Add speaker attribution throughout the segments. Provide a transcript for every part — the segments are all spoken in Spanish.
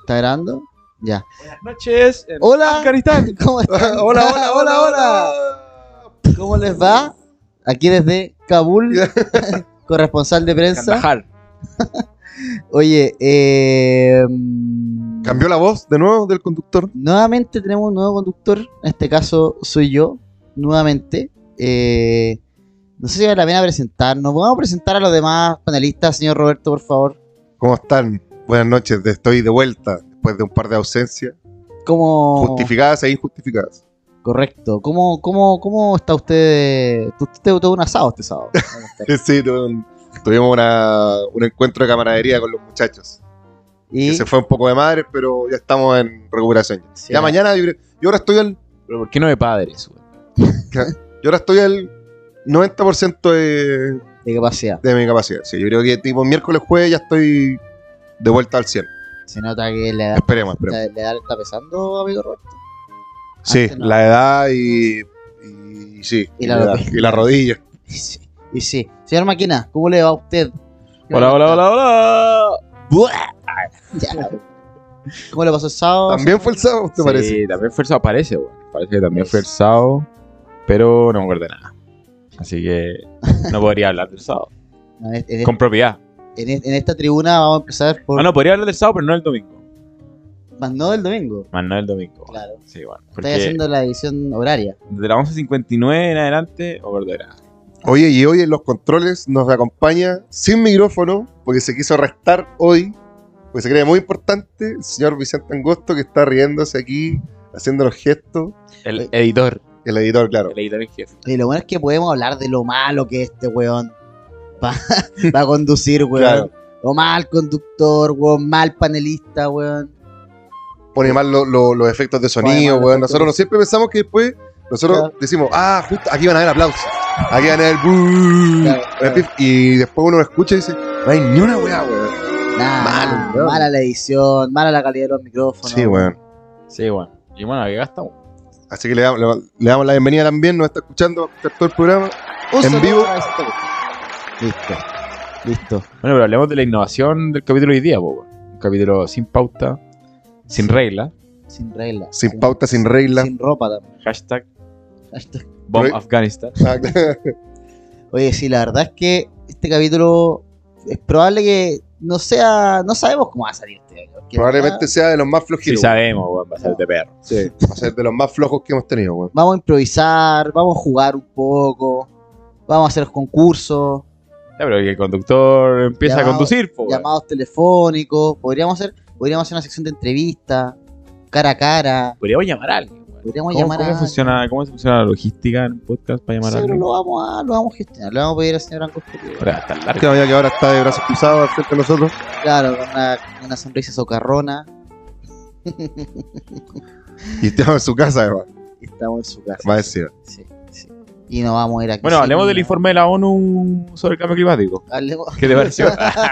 Speaker 1: ¿Está grabando? Ya.
Speaker 2: Buenas noches. en
Speaker 1: Hola.
Speaker 2: Afganistán.
Speaker 1: ¿Cómo están?
Speaker 3: ah, hola, hola, hola, hola.
Speaker 1: ¿Cómo les va? Aquí desde Kabul, corresponsal de prensa.
Speaker 2: Kandahar.
Speaker 1: Oye, eh, mm,
Speaker 3: Cambió la voz de nuevo del conductor.
Speaker 1: nuevamente tenemos un nuevo conductor. En este caso soy yo, nuevamente. Eh, no sé si vale la pena presentarnos. Vamos a presentar a los demás panelistas, señor Roberto, por favor.
Speaker 3: ¿Cómo están? Buenas noches, de- estoy de vuelta después de un par de ausencias,
Speaker 1: ¿Cómo?
Speaker 3: justificadas e injustificadas.
Speaker 1: Correcto. ¿Cómo, cómo, cómo está usted? Usted tuvo un asado este sábado. Vamos a estar.
Speaker 3: Sí, tuve un- tuvimos una- un encuentro de camaradería con los muchachos.
Speaker 1: Y
Speaker 3: Que se fue un poco de madre, pero ya estamos en recuperación.
Speaker 1: Sí,
Speaker 3: ya
Speaker 1: ahora-
Speaker 3: mañana, yo, creo- yo ahora estoy al,
Speaker 2: Pero ¿por qué no de padres? güey?
Speaker 3: yo ahora estoy al 90% de,
Speaker 1: de capacidad.
Speaker 3: de mi capacidad. Sí, yo creo que tipo miércoles, jueves ya estoy de vuelta al 100.
Speaker 1: Se nota que la edad,
Speaker 3: Esperemos, esperemos.
Speaker 1: la- la edad está pesando, amigo Roberto.
Speaker 3: Sí,
Speaker 1: Antes no.
Speaker 3: la edad y, y sí,
Speaker 1: Y la rodilla.
Speaker 3: y la rodilla.
Speaker 1: Y sí, y sí. Señor Máquina, ¿cómo le va a usted?
Speaker 2: Hola, hola, hola, hola.
Speaker 1: Ya. ¿Cómo le pasó el sábado?
Speaker 3: También fue el sábado, ¿te parece?
Speaker 2: Sí, también fue el sábado, parece, güey. Parece que también fue el sábado, pero no me acuerdo de nada. Así que no podría hablar del sábado.
Speaker 1: No, en, en-
Speaker 2: Con propiedad.
Speaker 1: en- en esta tribuna vamos a empezar por.
Speaker 2: Ah, no, podría hablar del sábado, pero no del domingo.
Speaker 1: Más no del domingo.
Speaker 2: Más no del domingo. güey.
Speaker 1: Claro.
Speaker 2: Sí, bueno.
Speaker 1: Estáis
Speaker 2: Porque
Speaker 1: haciendo la división horaria.
Speaker 2: de las 11.59 en adelante, o verdadera.
Speaker 3: Oye, y hoy en los controles nos acompaña sin micrófono, porque se quiso restar hoy, porque se cree muy importante, el señor Vicente Angosto, que está riéndose aquí, haciendo los gestos.
Speaker 2: El editor.
Speaker 3: El editor, claro.
Speaker 2: El editor en jefe.
Speaker 1: Y lo bueno es que podemos hablar de lo malo que este weón va, va a conducir, weón.
Speaker 3: Claro.
Speaker 1: Lo mal conductor, weón. Mal panelista, weón.
Speaker 3: Pone mal lo- lo- los efectos de sonido,
Speaker 1: mal los
Speaker 3: weón.
Speaker 1: efectos.
Speaker 3: Nosotros no siempre pensamos que después, nosotros
Speaker 1: Claro.
Speaker 3: decimos, ah, justo aquí van a haber aplausos. Aquí van a haber... bú".
Speaker 1: Claro, claro.
Speaker 3: Y después uno lo escucha y dice, no hay ni una weá, weón.
Speaker 1: Nah,
Speaker 3: Mal, weón.
Speaker 1: mala la edición, mala la calidad de los micrófonos.
Speaker 3: Sí, weón.
Speaker 2: Sí, bueno. Y bueno, ¿qué gastamos?
Speaker 3: Así que le damos, le- le damos la bienvenida también, nos está escuchando va a escuchar todo el programa.
Speaker 1: Un
Speaker 3: En
Speaker 1: saludo
Speaker 3: vivo.
Speaker 1: para Vicente Augusto. Listo. Listo.
Speaker 2: Bueno, pero hablemos de la innovación del capítulo de hoy día, po, weón. Un capítulo sin pauta, sin regla.
Speaker 1: Sin regla.
Speaker 3: Sin pauta, sin regla.
Speaker 1: Sin ropa también.
Speaker 2: Hashtag
Speaker 1: Hashtag.
Speaker 2: Bomb
Speaker 3: Pero-
Speaker 2: Afghanistan.
Speaker 3: Ah, claro.
Speaker 1: Oye, sí, la verdad es que este capítulo es probable que no sea. No sabemos cómo va a salir este. porque
Speaker 3: Probablemente
Speaker 1: va-
Speaker 3: sea de los más
Speaker 2: Sí
Speaker 3: flojitos.
Speaker 2: sabemos, weón, va a ser de perro.
Speaker 3: Sí, va a ser de los más flojos que hemos tenido, weón.
Speaker 1: Vamos a improvisar, vamos a jugar un poco, vamos a hacer concursos,
Speaker 2: Ya, pero que el conductor empieza
Speaker 1: Llamado-
Speaker 2: a conducir, po, weón.
Speaker 1: llamados telefónicos, podríamos hacer, podríamos hacer una sección de entrevista, cara a cara,
Speaker 2: Podríamos llamar a alguien, weón.
Speaker 1: podríamos
Speaker 2: ¿Cómo,
Speaker 1: llamar
Speaker 2: cómo
Speaker 1: a.
Speaker 2: funciona, ¿Cómo funciona la logística en un podcast para llamar a
Speaker 1: Sí, pero
Speaker 2: alguien?
Speaker 1: lo vamos a, lo vamos a gestionar, le vamos a pedir al señor Angosto que-
Speaker 2: Ahora, está largo.
Speaker 3: Claro, Este ya que ahora está de brazos cruzados al frente de nosotros.
Speaker 1: Claro, con una, una sonrisa socarrona.
Speaker 3: Y estamos en su casa, además.
Speaker 1: Estamos en su casa.
Speaker 3: Va a decir.
Speaker 1: Sí, sí. Y nos vamos a ir aquí.
Speaker 2: Bueno,
Speaker 1: sin-
Speaker 2: hablemos del informe de la ONU sobre el cambio climático.
Speaker 1: Hablemos-
Speaker 2: ¿Qué te pareció?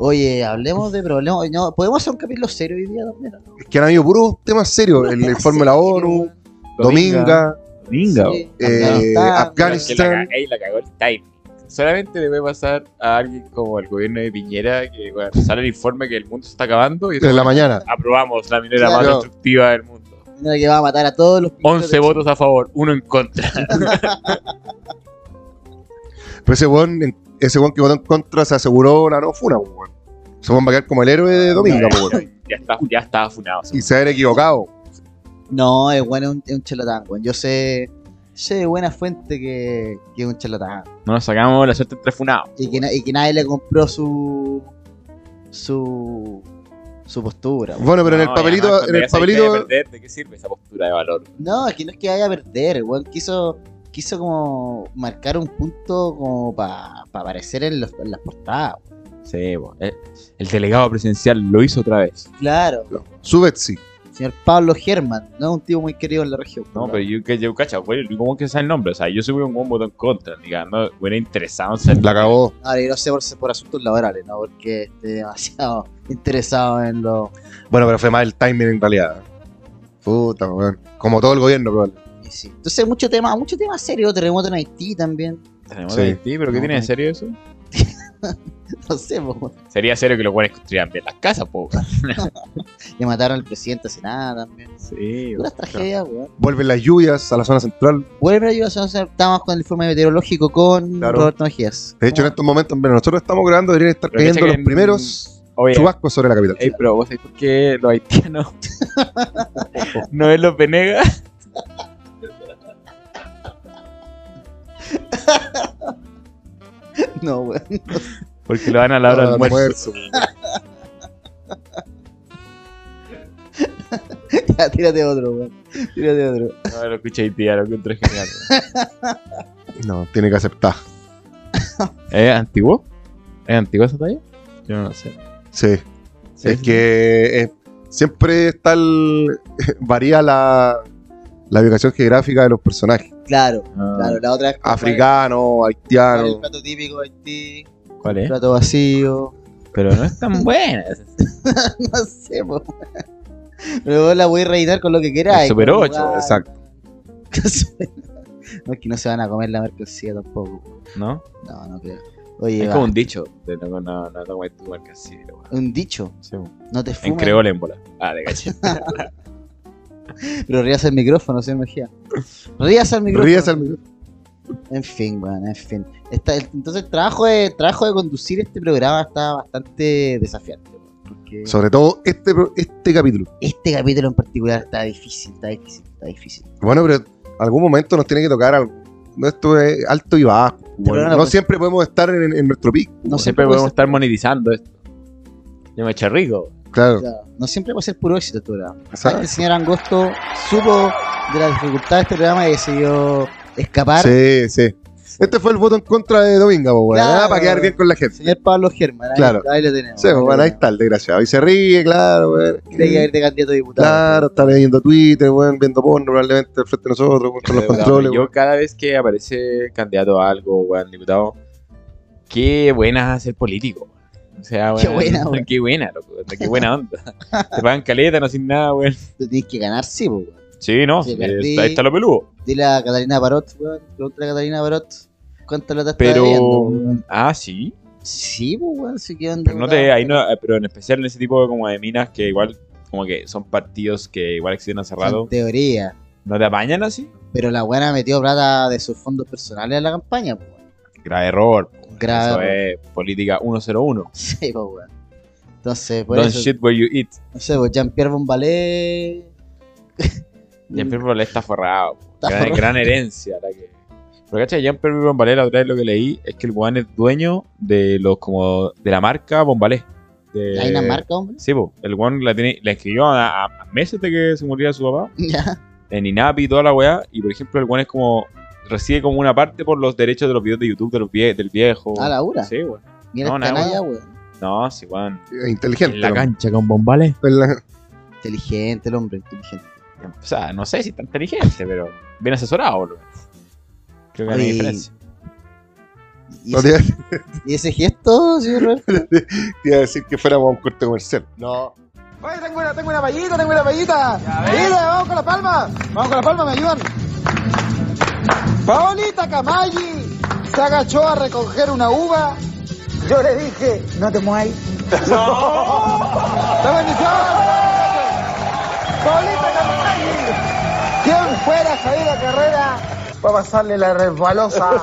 Speaker 1: Oye, hablemos de problemas. Oye, no, Podemos hacer un capítulo serio hoy día también. ¿no?
Speaker 3: Es que han habido puros temas serios. El informe de la ONU, Dominga,
Speaker 2: Dominga,
Speaker 1: Sí,
Speaker 3: eh,
Speaker 1: Afganistán.
Speaker 2: Que la,
Speaker 3: Afganistán.
Speaker 2: ca- ahí la cagó el timing. Solamente le puede pasar a alguien como el gobierno de Piñera que bueno, sale el informe que el mundo se está acabando y
Speaker 3: En la mañana.
Speaker 2: aprobamos la minera
Speaker 1: Claro.
Speaker 2: más destructiva del mundo.
Speaker 1: Mira que va a matar a todos los. pilotos
Speaker 2: 11
Speaker 1: de
Speaker 2: votos a favor, uno en contra.
Speaker 3: Pero ese weón, ese weón que votó en contra se aseguró la no funa, weón. Ese weón va a quedar como el héroe de Domingo, weón.
Speaker 2: ya, está, ya está afunado.
Speaker 3: Y se haber equivocado.
Speaker 1: Chile. No, es bueno, es un, es un charlatán, weón. Yo sé, sé de buena fuente que, que es un charlatán.
Speaker 2: No nos sacamos la suerte entre funados.
Speaker 1: Y que, na- y que nadie le compró su. su. su postura. weón.
Speaker 3: Bueno, pero en
Speaker 2: No,
Speaker 3: el
Speaker 2: ya, no,
Speaker 3: papelito, en
Speaker 2: cuando
Speaker 3: el
Speaker 2: ya sabes que hay que
Speaker 3: papelito,
Speaker 2: perder, ¿De qué sirve esa postura de valor?
Speaker 1: No, es que no es que vaya a perder, weón. Quiso, quiso como marcar un punto como para aparecer en, los- en las portadas. weón.
Speaker 2: Sí, bo, eh, el delegado presidencial lo hizo otra vez.
Speaker 1: Claro.
Speaker 3: su Betsy.
Speaker 1: Señor Pablo Germán, no es un tío muy querido en la región.
Speaker 2: No,
Speaker 1: weón.
Speaker 2: pero yo que yo cacha, güey, ¿cómo que sabe el nombre? O sea, yo soy un buen botón contra, digamos, no era interesado en ser
Speaker 3: La cagó.
Speaker 1: Ahora, yo no sé por, por asuntos laborales, ¿no? Porque esté demasiado interesado en lo.
Speaker 3: Bueno, pero fue mal el timing en realidad. Puta, weón. Como todo el gobierno, probable.
Speaker 1: y sí. Entonces, mucho tema, mucho tema serio, terremoto en Haití también.
Speaker 2: Tenemos
Speaker 3: Sí.
Speaker 2: de Haití, pero ¿qué
Speaker 1: No,
Speaker 2: tiene de
Speaker 1: no.
Speaker 2: serio eso?
Speaker 1: No sé, po, weón.
Speaker 2: Sería serio que los buenos construyeran bien las casas, po. weón.
Speaker 1: Le mataron al presidente hace nada también.
Speaker 2: Sí,
Speaker 1: Puras tragedias, weón.
Speaker 3: Vuelven las lluvias a la zona central.
Speaker 1: Vuelve la ayuda social. Estamos con el informe meteorológico con
Speaker 3: Claro.
Speaker 1: Roberto Ah, Mejías.
Speaker 3: De hecho, en estos momentos, bueno, nosotros estamos grabando, deberían estar
Speaker 2: Ah. Pero cacha
Speaker 3: cayendo
Speaker 2: que
Speaker 3: los
Speaker 2: en-
Speaker 3: primeros
Speaker 2: Oye,
Speaker 3: chubascos sobre la capital.
Speaker 2: ey, pero vos sabés por qué los haitianos no es los Venegas.
Speaker 1: No, weón.
Speaker 2: Porque lo dan a la hora
Speaker 3: Ah,
Speaker 2: del almuerzo.
Speaker 3: almuerzo.
Speaker 1: Ya, tírate otro, weón. Tírate otro.
Speaker 2: No lo escuché haitiano, lo encontré genial.
Speaker 3: No, tiene que aceptar.
Speaker 2: ¿Es antiguo? ¿Es antigua esa talla? Yo no lo sé.
Speaker 3: Sí.
Speaker 2: Sí,
Speaker 3: es
Speaker 2: sí.
Speaker 3: que eh, siempre está el- varía la, la ubicación geográfica de los personajes.
Speaker 1: Claro,
Speaker 2: Ah,
Speaker 1: claro. La otra es con-
Speaker 3: Africano,
Speaker 1: con El
Speaker 3: haitiano.
Speaker 1: plato típico de Haití.
Speaker 2: ¿Cuál es?
Speaker 1: Plato vacío.
Speaker 2: Pero no es tan buena.
Speaker 1: No sé, po. Pero vos la voy a rellenar con lo que queráis.
Speaker 2: El Super
Speaker 1: con
Speaker 2: 8,
Speaker 1: lugar.
Speaker 3: Exacto.
Speaker 1: No es que no se van a comer la mercancía tampoco.
Speaker 2: ¿No?
Speaker 1: No, no creo. Oye,
Speaker 2: Es
Speaker 1: va,
Speaker 2: como un dicho. De no, no, no, no, tu mercancía, weón.
Speaker 1: un dicho.
Speaker 2: Sí, weón.
Speaker 1: No te
Speaker 2: En
Speaker 1: fumes.
Speaker 2: creol en bola. Ah, de caché.
Speaker 1: Pero rías el micrófono, señor Mejía. Rías al micrófono.
Speaker 3: Ríes al micrófono.
Speaker 1: En fin, weón, en fin. Está- el- entonces el trabajo de, el trabajo de conducir este programa está bastante desafiante. weón, Porque
Speaker 3: Sobre todo este, pro- este capítulo.
Speaker 1: este capítulo en particular está difícil, está difícil, está difícil.
Speaker 3: Bueno, pero algún momento nos tiene que tocar algo. Esto es alto y bajo.
Speaker 1: Pero no,
Speaker 3: no
Speaker 1: pues-
Speaker 3: siempre podemos estar en, en nuestro pico.
Speaker 1: No
Speaker 2: Siempre
Speaker 1: puede
Speaker 2: podemos
Speaker 1: ser-
Speaker 2: estar monetizando esto. Yo me eché rico.
Speaker 3: Claro.
Speaker 1: claro, no siempre va a ser puro éxito este programa.
Speaker 3: O sea,
Speaker 1: El señor Angosto supo de las dificultades de este programa y decidió escapar.
Speaker 3: sí, sí. Este fue el voto en contra de Dominga, po, weón,
Speaker 1: Claro.
Speaker 3: ah, para quedar bien con la gente.
Speaker 1: Señor Pablo Germán, ahí,
Speaker 3: Claro.
Speaker 1: ahí lo tenemos.
Speaker 3: Sí,
Speaker 1: ahí
Speaker 3: po,
Speaker 1: lo
Speaker 3: bueno, ahí
Speaker 1: tenemos.
Speaker 3: está el desgraciado. Y se ríe, claro, weón.
Speaker 1: Quería ir de candidato a diputado.
Speaker 3: Claro, está leyendo Twitter, weón, viendo porno probablemente al frente de nosotros, weón, con los
Speaker 2: Pero, weón,
Speaker 3: controles.
Speaker 2: Yo
Speaker 3: weón.
Speaker 2: cada vez que aparece candidato a algo, weón, diputado, qué buena ser político. weón. O sea,
Speaker 1: Qué
Speaker 2: weón,
Speaker 1: buena, weón.
Speaker 2: qué buena, loco, qué buena onda. Te pagan caleta, no sin nada, weón.
Speaker 1: Tú tenés que ganar, sí, po, weón.
Speaker 2: Sí, no,
Speaker 1: Sí,
Speaker 2: sí,
Speaker 1: perdí.
Speaker 2: está- ahí está lo peludo.
Speaker 1: Dile a Catalina Parot, weón. Pregúntale a Catalina Parot. ¿Cuánto la está
Speaker 2: Pero,
Speaker 1: debiendo, weón?
Speaker 2: ah, sí.
Speaker 1: Sí, po, weón. Sí, qué onda,
Speaker 2: Pero no te,
Speaker 1: weón.
Speaker 2: ahí no, eh, pero en especial en ese tipo de, como de minas que igual, como que son partidos que igual existen hace
Speaker 1: Son
Speaker 2: rato,
Speaker 1: teoría.
Speaker 2: ¿no te apañan así?
Speaker 1: Pero la buena metió plata de sus fondos personales a la campaña, po, weón.
Speaker 2: Grave error.
Speaker 1: Grave
Speaker 2: Eso
Speaker 1: error.
Speaker 2: es política 101.
Speaker 1: Sí, po, weón. Entonces, por
Speaker 2: Don't
Speaker 1: eso,
Speaker 2: shit where you eat.
Speaker 1: no sé, pues Jean-Pierre Bombalé.
Speaker 2: Jean Pierre Bombalé está forrado.
Speaker 1: Mm. Está
Speaker 2: gran,
Speaker 1: forrado.
Speaker 2: gran herencia la que. Pero cacha, Jean Pierre Bombalé, la otra vez lo que leí es que el weón es dueño de los como de la marca Bombalé. De...
Speaker 1: Hay una marca, hombre.
Speaker 2: Sí, po. el weón la, tiene, la escribió a, a meses de que se muriera su papá.
Speaker 1: Ya.
Speaker 2: En INAPI y toda la weá. Y por ejemplo, el weón es como. Recibe como una parte por los derechos de los videos de YouTube de los vie- del viejo.
Speaker 1: Ah, la hora.
Speaker 2: Sí, weón.
Speaker 1: Mira
Speaker 2: No,
Speaker 1: el
Speaker 2: nada,
Speaker 1: canalla, weón.
Speaker 2: No, sí, weón.
Speaker 3: Eh, Inteligente.
Speaker 2: En la
Speaker 3: ¿no?
Speaker 2: cancha con Bombalé.
Speaker 3: En la-
Speaker 1: Inteligente el hombre, inteligente.
Speaker 2: O sea, no sé si tan inteligente, pero bien asesorado, boludo. Creo que no hay
Speaker 1: Oye,
Speaker 2: diferencia.
Speaker 1: ¿Y
Speaker 3: No
Speaker 1: ese,
Speaker 3: te iba
Speaker 1: y ese gesto, señor Roberto?
Speaker 3: te iba a decir que fuéramos a un corte comercial. No.
Speaker 4: Oye, tengo una, tengo una payita, tengo una payita. Mira, vamos con la palma. Vamos con la palma, me ayudan. Paolita Camaggi se agachó a recoger una uva. Yo le dije, no te muevas. ¡La bendición! Paolita Camaggi. ¿Quién fuera Javier Carrera para pasarle la resbalosa?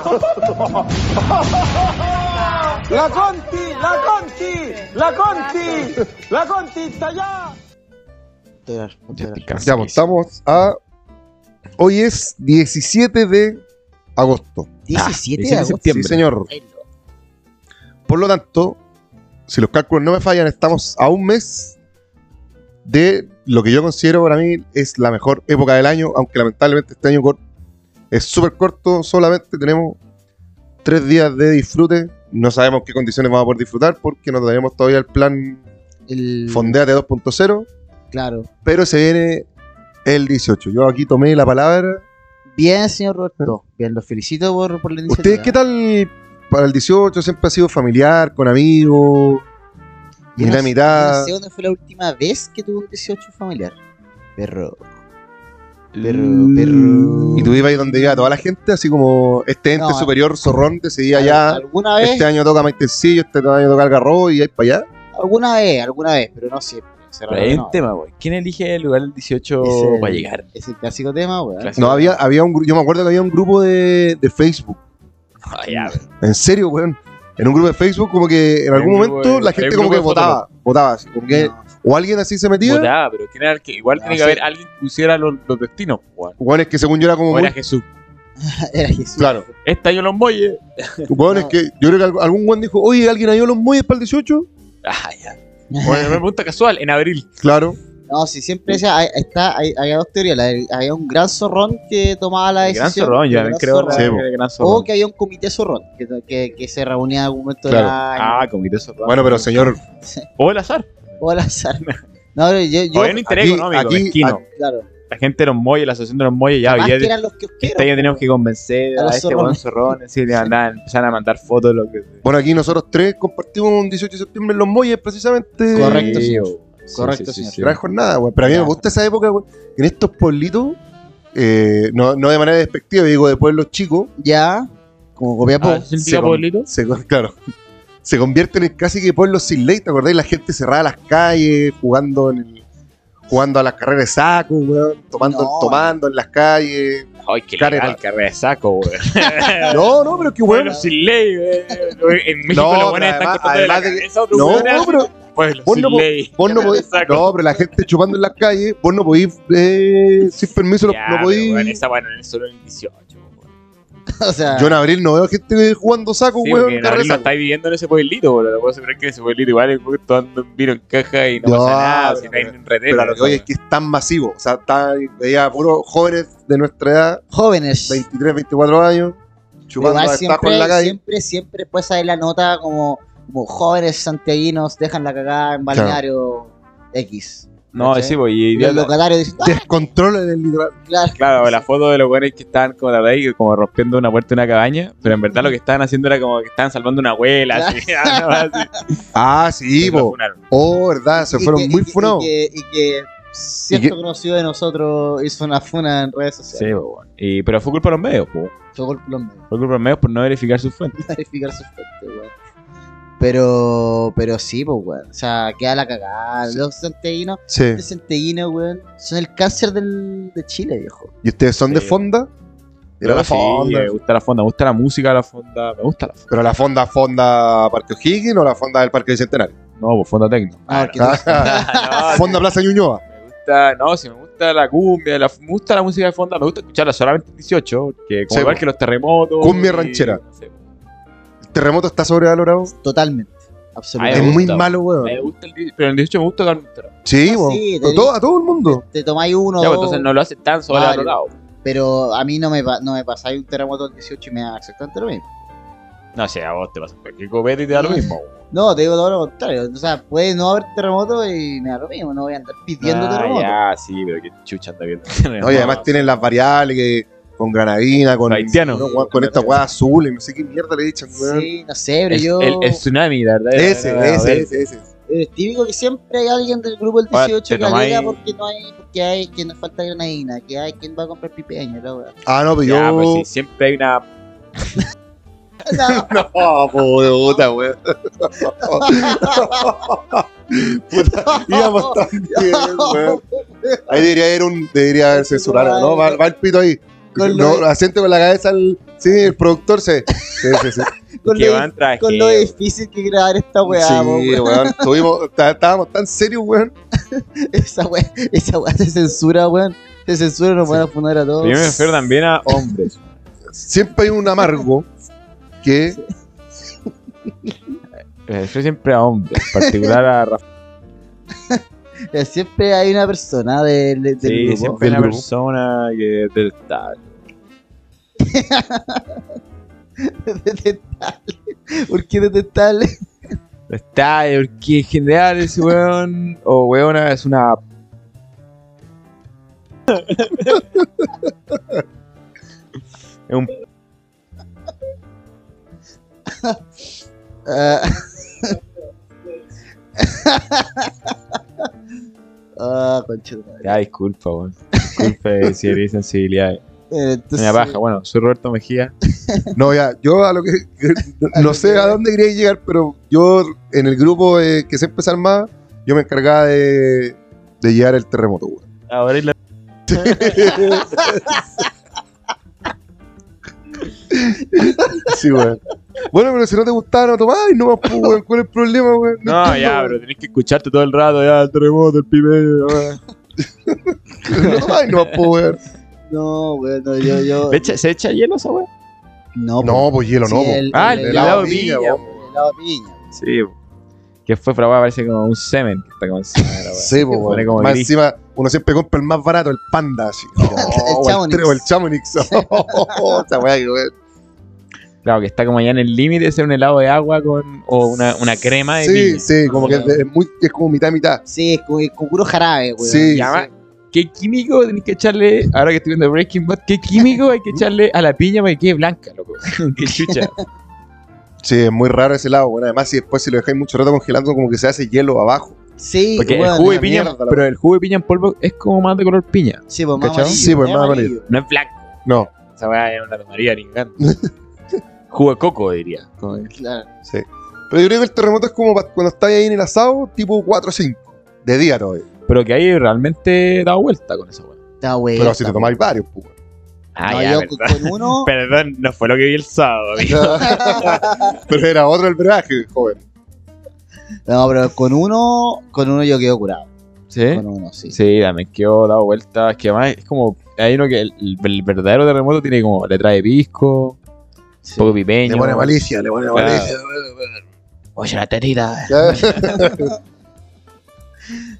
Speaker 4: ¡La Conti! ¡La Conti! ¡La Conti! ¡La Conti está allá!
Speaker 1: Ponte a llorar, ponte a
Speaker 2: Ya
Speaker 1: llorar.
Speaker 2: estoy
Speaker 3: Ya,
Speaker 2: cansadísimo.
Speaker 3: pues, estamos a. Hoy es 17 de agosto.
Speaker 2: Ah,
Speaker 1: 17 de
Speaker 2: 17 de
Speaker 1: agosto.
Speaker 2: septiembre.
Speaker 3: Sí, señor.
Speaker 1: Ay, loco.
Speaker 3: Por lo tanto, si los cálculos no me fallan, estamos a un mes de lo que yo considero para mí es la mejor época del año, aunque lamentablemente este año cor- es súper corto, solamente tenemos tres días de disfrute. No sabemos qué condiciones vamos a poder disfrutar porque no tenemos todavía el plan
Speaker 1: El,
Speaker 3: Fondeate 2.0,
Speaker 1: Claro.
Speaker 3: pero se viene el 18. Yo aquí tomé la palabra.
Speaker 1: Bien, señor Roberto. Bien, los felicito por, por la iniciativa.
Speaker 3: ¿Ustedes qué tal para el 18? ¿Siempre ha sido familiar, con amigos?
Speaker 1: Yo no
Speaker 3: Mitad,
Speaker 1: sé-
Speaker 3: mitad.
Speaker 1: No sé dónde fue la última vez que tuvo un 18 familiar. Perro. Perro,
Speaker 2: Mm.
Speaker 1: perro.
Speaker 3: Y tú ibas ahí donde iba toda la gente, así como este ente
Speaker 1: No,
Speaker 3: superior zorrón decidía
Speaker 1: Al-
Speaker 3: ya,
Speaker 1: ¿Alguna vez?
Speaker 3: este año toca Maitencillo, este año toca el garro y ahí para allá.
Speaker 1: Alguna vez, alguna vez, pero no siempre. Ese
Speaker 2: Pero hay
Speaker 1: raro
Speaker 2: un
Speaker 1: no.
Speaker 2: tema, güey. ¿Quién elige el lugar del 18
Speaker 1: Es el-
Speaker 2: para llegar?
Speaker 1: Es el clásico tema, weón.
Speaker 2: Clásico.
Speaker 3: No, había, había un gru- yo me acuerdo que había un grupo de, de Facebook.
Speaker 2: Ah, ya, güey.
Speaker 3: En serio, weón. En un grupo de Facebook, como que en algún
Speaker 2: un grupo
Speaker 3: momento
Speaker 2: de-
Speaker 3: la
Speaker 2: hay
Speaker 3: gente
Speaker 2: un
Speaker 3: como
Speaker 2: grupo
Speaker 3: que
Speaker 2: de
Speaker 3: votaba. Votaba así, como que-
Speaker 1: No.
Speaker 3: O alguien así se metía.
Speaker 2: Votaba, pero ¿quién era el que? Igual
Speaker 1: No,
Speaker 2: tiene que
Speaker 1: sí.
Speaker 2: haber alguien que pusiera los, los destinos, weón.
Speaker 3: Weón, es que según yo era como.
Speaker 2: O era
Speaker 3: Muy,
Speaker 2: Jesús.
Speaker 1: Era Jesús.
Speaker 3: Claro.
Speaker 2: Esta yo los molle.
Speaker 3: weón, es
Speaker 1: No.
Speaker 3: que yo creo que alg- algún weón dijo, oye, ¿alguien ha ido a los muelles para el 18?
Speaker 2: Ah, ya. Bueno, me pregunta casual, en abril.
Speaker 3: Claro.
Speaker 1: No, si siempre decía, hay, está, hay, había dos teorías. La del- había un gran zorrón que tomaba la
Speaker 2: El gran
Speaker 1: decisión.
Speaker 2: zorrón, yo
Speaker 1: el gran
Speaker 2: también creo. la-
Speaker 1: zorrón.
Speaker 3: Sí, Oh, po.
Speaker 2: el gran
Speaker 1: o
Speaker 2: zorrón.
Speaker 1: que había un comité zorrón que, que, que se reunía en algún momento
Speaker 3: Claro.
Speaker 1: del año.
Speaker 2: Ah, comité zorrón.
Speaker 3: Bueno, pero señor,
Speaker 2: O el azar.
Speaker 1: O al azar. No, pero yo,
Speaker 2: O
Speaker 1: yo
Speaker 2: había un interés
Speaker 3: oh, aquí-
Speaker 2: económico,
Speaker 3: aquí-
Speaker 2: mezquino.
Speaker 1: claro.
Speaker 2: La gente de los molles, la asociación de los molles,
Speaker 3: Ah,
Speaker 2: ya,
Speaker 1: Más
Speaker 2: ya
Speaker 1: que eran los kiosqueros.
Speaker 2: este año teníamos que convencer
Speaker 1: A
Speaker 2: a,
Speaker 1: los
Speaker 2: este
Speaker 1: zorrones.
Speaker 2: buen zorrón. Así le mandaban, empezaron a mandar fotos. Lo que...
Speaker 3: bueno, aquí nosotros tres compartimos un 18 de septiembre en los muelles, precisamente.
Speaker 1: Correcto,
Speaker 2: Sí,
Speaker 1: señor.
Speaker 2: o- sí,
Speaker 1: Correcto,
Speaker 2: sí, sí,
Speaker 1: señor.
Speaker 2: sí.
Speaker 3: Gran jornada, güey. Pero a mí me gusta esa época, güey. En estos pueblitos, eh, no, no de manera despectiva, digo de pueblos chicos,
Speaker 1: Ya, como copiapó.
Speaker 2: Ah, ¿sí el
Speaker 3: se
Speaker 2: tío
Speaker 3: con-
Speaker 2: Pueblito?
Speaker 3: se, con- claro, se convierten en casi que pueblos sin ley, ¿te acordáis? La gente cerrada las calles, jugando en el- jugando a las carreras de saco, güey, tomando,
Speaker 1: No.
Speaker 3: tomando en las calles.
Speaker 2: Ay, qué
Speaker 3: Careta.
Speaker 2: legal, carrera de saco, güey.
Speaker 1: Eh,
Speaker 3: No, no, pero qué bueno.
Speaker 2: Pueblo sin ley, güey. En México
Speaker 3: No,
Speaker 2: los buenos
Speaker 3: pero
Speaker 2: están
Speaker 3: además-
Speaker 2: cortando de la
Speaker 3: además de que-
Speaker 2: cabeza a otro
Speaker 3: No,
Speaker 2: weón.
Speaker 3: no, pero
Speaker 2: Pueblo
Speaker 3: vos
Speaker 2: sin
Speaker 3: no po-
Speaker 2: ley.
Speaker 3: vos no podís.
Speaker 2: Saco.
Speaker 3: No, pero la gente chupando en las calles, vos no podís, eh, sin permiso, no-
Speaker 2: Ya,
Speaker 3: no
Speaker 2: pero,
Speaker 3: podís.
Speaker 2: weón, esa bueno, es solo en el 18, weón.
Speaker 1: o sea,
Speaker 3: Yo en abril no veo gente jugando saco,
Speaker 2: Sí,
Speaker 3: güey,
Speaker 2: porque
Speaker 3: en
Speaker 2: en abril
Speaker 3: carreras
Speaker 2: no
Speaker 3: de saco.
Speaker 2: estáis viviendo en ese pueblito, boludo. No puedo asegurar que ese pueblito igual es porque todo anda un vino en caja y no,
Speaker 3: No,
Speaker 2: pasa nada,
Speaker 3: pero-
Speaker 2: si no hay ni un retén.
Speaker 3: Pero a lo que voy es que es tan masivo. O sea, está veía puros jóvenes de nuestra edad,
Speaker 1: jóvenes.
Speaker 3: 23, 24 años, chupando
Speaker 1: Igual
Speaker 3: a destajo en la
Speaker 1: siempre,
Speaker 3: calle.
Speaker 1: siempre, siempre después sale la nota como, como jóvenes santiaguinos dejan la cagada en
Speaker 3: Claro.
Speaker 1: balneario X.
Speaker 2: No,
Speaker 1: ¿Cachai?
Speaker 2: sí, pues, y,
Speaker 1: Y los locatarios dicen, "Ah,
Speaker 3: Descontrol en el litoral.
Speaker 1: claro,
Speaker 2: Claro, la foto de los güeyes que estaban como la verdad, como rompiendo una puerta de una cabaña, pero en verdad lo que estaban haciendo era como que estaban salvando una abuela, así, ah, no, así.
Speaker 3: Ah, sí,
Speaker 2: Y lo
Speaker 3: po.
Speaker 2: funaron.
Speaker 3: Oh, verdad, se
Speaker 1: y
Speaker 3: fueron
Speaker 1: que-
Speaker 3: muy
Speaker 1: y que-
Speaker 3: funados.
Speaker 1: Y que, y que cierto conocido de nosotros hizo una funa en redes
Speaker 2: Sí,
Speaker 1: sociales.
Speaker 2: pues, bueno. Y- pero fue culpa de los medios, pues.
Speaker 1: Fue golpe los medios,
Speaker 2: Fue culpa de los medios por no verificar sus fuentes.
Speaker 1: clarificar su fuente, weón. Pero, pero sí, pues, weón. O sea, queda la cagada.
Speaker 3: Sí.
Speaker 1: Los santiaguinos,
Speaker 3: Sí.
Speaker 1: los santiaguinos, weón, son el cáncer del, de Chile, viejo.
Speaker 3: ¿Y ustedes son de
Speaker 2: Sí.
Speaker 3: fonda? Era
Speaker 2: Pero
Speaker 3: la
Speaker 2: sí,
Speaker 3: fonda.
Speaker 2: me gusta la fonda, me gusta la música de la fonda, me gusta la fonda.
Speaker 3: Pero la fonda, fonda Parque O'Higgins o la fonda del Parque Bicentenario.
Speaker 2: No, pues fonda tecno.
Speaker 1: Ah, porque tú-
Speaker 2: Ah, no,
Speaker 3: fonda Plaza Ñuñoa.
Speaker 2: me gusta, no, si me gusta la cumbia, la- me gusta la música de fonda, me gusta escucharla solamente en 18, que como
Speaker 3: Sí,
Speaker 2: igual
Speaker 3: po.
Speaker 2: que los terremotos.
Speaker 3: Cumbia
Speaker 2: y-
Speaker 3: ranchera.
Speaker 2: no sé, po.
Speaker 3: El terremoto está sobrevalorado.
Speaker 1: Totalmente.
Speaker 2: Me
Speaker 3: Ah, Es
Speaker 1: Absolutamente.
Speaker 2: gusta,
Speaker 3: muy
Speaker 2: po.
Speaker 3: malo, weón.
Speaker 2: Me gusta el, di- pero en el 18 me gusta tocar un terremoto.
Speaker 3: Sí,
Speaker 1: Ah,
Speaker 3: po.
Speaker 1: sí,
Speaker 3: Pero
Speaker 1: te
Speaker 3: todo- A todo el mundo.
Speaker 1: Te tomáis uno,
Speaker 2: Ya, pues,
Speaker 1: dos,
Speaker 2: entonces no lo hace tan sobrevalorado.
Speaker 1: pero a mí no me, pa- no me pasáis un terremoto el 18 y me da exactamente lo mismo.
Speaker 2: No sé, a vos te pasa cualquier copete y te da lo mismo.
Speaker 1: No, te digo todo lo contrario. O sea, puede no haber terremoto y me da lo mismo. No voy a andar pidiendo terremoto.
Speaker 2: Ah, ya, sí, pero qué chucha anda viendo.
Speaker 3: Oye, además tienen las variables que- con granadina, con,
Speaker 2: Haitiano.
Speaker 3: no, weón, con esta weá azul y no sé qué mierda le echan, weón.
Speaker 1: Sí, no sé, pero
Speaker 2: el,
Speaker 1: yo.
Speaker 2: el, el tsunami, la verdad.
Speaker 3: Ese,
Speaker 2: la verdad, la
Speaker 3: ese,
Speaker 2: verdad.
Speaker 3: ese, ese.
Speaker 1: Es típico que siempre hay alguien del grupo del
Speaker 2: Ahora,
Speaker 1: 18
Speaker 2: te
Speaker 1: que alega
Speaker 2: tomáis-
Speaker 1: porque no hay, porque hay quien nos falta granadina, que hay quien va a comprar pipeño, la weá.
Speaker 3: Ah, no, pero
Speaker 2: Ya,
Speaker 3: yo.
Speaker 2: pues sí, siempre hay una.
Speaker 1: No,
Speaker 3: No, Oh, puta, weón. puta, íbamos tan bien, weón. Ahí debería haber un. Debería haber censurado, ¿no? Va, va el pito ahí.
Speaker 1: Con
Speaker 3: no,
Speaker 1: lo-
Speaker 3: asiente con la cabeza al. Sí, el productor se. Sí, sí, sí.
Speaker 1: con,
Speaker 2: que
Speaker 1: lo,
Speaker 2: van traje.
Speaker 1: con lo difícil que grabar esta weá, po,
Speaker 3: sí,
Speaker 1: weón.
Speaker 3: weón. Tuvimos, ta- estábamos tan serios, weón.
Speaker 1: Esa weá, esa weá se censura, weón. Se censura, nos van a funar a
Speaker 2: Yo
Speaker 1: todos.
Speaker 2: me refiero también a hombres.
Speaker 3: Siempre hay un amargo que.
Speaker 2: Me refiero Eh, siempre a hombres. En particular a Rafael.
Speaker 1: Eh, Siempre hay una persona del, del
Speaker 2: Sí,
Speaker 1: grupo.
Speaker 2: siempre hay
Speaker 3: del
Speaker 2: una
Speaker 3: grupo.
Speaker 2: persona que es detestable.
Speaker 1: detestable. ¿Por qué detestable?
Speaker 2: Está, porque en general ese weón o weona es una. es un
Speaker 1: Ah. Ah, concha de madre.
Speaker 2: Ah, disculpa, weón. Disculpe si herí sensibilidad.
Speaker 1: Eh, entonces,
Speaker 2: Doña Baja, bueno, soy Roberto Mejía.
Speaker 3: No, ya, yo a lo que. no sé a dónde quería llegar, pero yo en el grupo eh, que siempre se armaba, yo me encargaba de, de llegar el terremoto, weón.
Speaker 2: Ahora la...
Speaker 3: Sí, weón. Bueno, pero si no te gustaba, no tomabas, no más, pues, weón. ¿Cuál es el problema, weón?
Speaker 2: No,
Speaker 3: entiendo,
Speaker 2: ya,
Speaker 3: weón.
Speaker 2: pero tenés que escucharte todo el rato, ya, el terremoto, el pibe. ya.
Speaker 3: No tomabas, no más, pues, weón.
Speaker 1: No, bueno, yo, yo.
Speaker 2: ¿Se echa- ¿Se echa hielo esa weá?
Speaker 1: No,
Speaker 3: No, pues hielo,
Speaker 1: sí,
Speaker 3: no, pues.
Speaker 1: el-
Speaker 2: Ah,
Speaker 1: el
Speaker 2: el
Speaker 1: helado
Speaker 2: helado
Speaker 1: de
Speaker 2: piña,
Speaker 1: piña,
Speaker 2: po.
Speaker 1: el helado de piña.
Speaker 2: Sí. po. Que fue fraguada, parece como un semen que está como encima de la
Speaker 3: Sí,
Speaker 2: weá.
Speaker 3: pues,
Speaker 2: Se
Speaker 3: weón.
Speaker 2: pone como
Speaker 3: Más
Speaker 2: gris.
Speaker 3: encima, uno siempre compra el más barato, el panda, así. Oh, o
Speaker 1: Chamonix.
Speaker 3: tre- O el Chamonix. Oh, esa weá que, weón.
Speaker 2: Claro, que está como allá en el límite de ser un helado de agua con, o una, una crema de
Speaker 3: Sí,
Speaker 2: piña.
Speaker 3: sí, como que es, de- es muy, es como mitad, mitad.
Speaker 1: Sí, es como, es como puro jarabe, weón.
Speaker 3: Sí,
Speaker 2: Y además, ¿Qué químico tenés que echarle, ahora que estoy viendo Breaking Bad, qué químico hay que echarle a la piña para que quede blanca, loco? qué chucha.
Speaker 3: Sí, es muy raro ese lado. Bueno, además, si después si lo dejáis mucho rato congelando, como que se hace hielo abajo.
Speaker 1: Sí,
Speaker 2: Porque el
Speaker 1: weón,
Speaker 2: jugo de
Speaker 3: la
Speaker 2: piña,
Speaker 3: mierda, la
Speaker 2: pero el jugo de piña en polvo es como más de color piña,
Speaker 1: Sí, pues más
Speaker 2: ¿Cachai?
Speaker 1: amarillo.
Speaker 3: Sí, pues, más
Speaker 2: no es blanco.
Speaker 3: No,
Speaker 2: Esa weá es una tomaría ni cagando. Jugo de coco, diría. Como que-
Speaker 1: Claro.
Speaker 3: sí. Pero yo creo que el terremoto es como pa- cuando estás ahí en el asado, tipo 4 o 5. De día todavía.
Speaker 2: Pero que ahí realmente he dado vuelta con esa weá.
Speaker 1: Está bueno.
Speaker 3: Pero si te tomáis varios, pues.
Speaker 2: Ah,
Speaker 1: no,
Speaker 2: ya,
Speaker 1: yo
Speaker 2: verdad.
Speaker 1: con uno.
Speaker 2: Perdón, no fue lo que vi el sábado. amigo.
Speaker 3: Pero era otro el brebaje, joven.
Speaker 1: No, pero con uno. Con uno yo quedo curado.
Speaker 2: ¿Sí?
Speaker 1: Con uno, sí.
Speaker 2: ¿Eh? Sí, también quedó dado vuelta. Es que además es como. Hay uno que el, el verdadero terremoto tiene como. Le trae pisco,
Speaker 1: Sí.
Speaker 2: un poco de pipeño.
Speaker 3: Le pone malicia, le pone
Speaker 2: Claro.
Speaker 3: malicia.
Speaker 2: Oye, la tetita.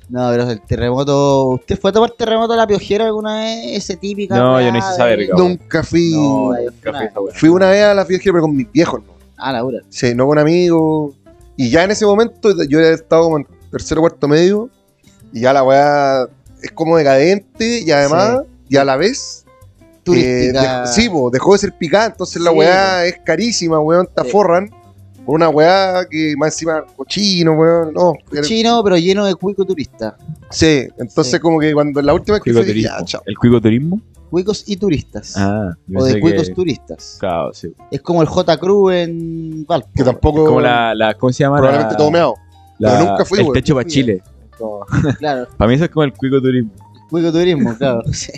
Speaker 1: No, pero el terremoto. ¿Usted fue a tomar terremoto a la piojera alguna vez? Ese típica.
Speaker 2: No,
Speaker 1: weá
Speaker 2: yo no hice
Speaker 1: de-
Speaker 2: esa verga.
Speaker 3: eh, Nunca fui.
Speaker 2: No,
Speaker 1: yo
Speaker 2: nunca fui a esa weá.
Speaker 3: Fui una vez a la fiesta, pero con mis viejos, ¿no?
Speaker 1: Ah, la dura.
Speaker 3: Sí, no con amigos. Y ya en ese momento yo ya estaba como en tercero cuarto medio. Y ya la weá es como decadente y además, y a la vez. eh,
Speaker 1: Turística.
Speaker 3: dejó- sí, po, dejó de ser picada. Entonces la
Speaker 1: Sí,
Speaker 3: weá es carísima, weón. Te
Speaker 1: Sí.
Speaker 3: aforran. Por una weá que más encima cochino, weón. No, era-
Speaker 1: Chino, pero lleno de cuico turista.
Speaker 3: sí, entonces
Speaker 1: Sí.
Speaker 3: como que cuando la última vez que fui dije,
Speaker 2: Cuicoturismo.
Speaker 3: ya, chao.
Speaker 2: ¿El cuicoturismo?
Speaker 1: Cuicos y turistas.
Speaker 2: Ah, yo
Speaker 1: o de
Speaker 2: pensé
Speaker 1: cuicos
Speaker 2: que-
Speaker 1: turistas.
Speaker 2: Claro, sí.
Speaker 1: Es como el J. Cruz en Valpo.
Speaker 3: Que tampoco.
Speaker 2: Como la, la. ¿Cómo se llama?
Speaker 3: probablemente
Speaker 2: la,
Speaker 3: todo meado.
Speaker 2: la-
Speaker 3: pero nunca fui, eh.
Speaker 2: El
Speaker 3: weón.
Speaker 2: techo para
Speaker 1: Fui,
Speaker 2: Chile.
Speaker 1: Claro,
Speaker 2: Para mí eso es como el cuicoturismo.
Speaker 1: cuico turismo, claro. Sí.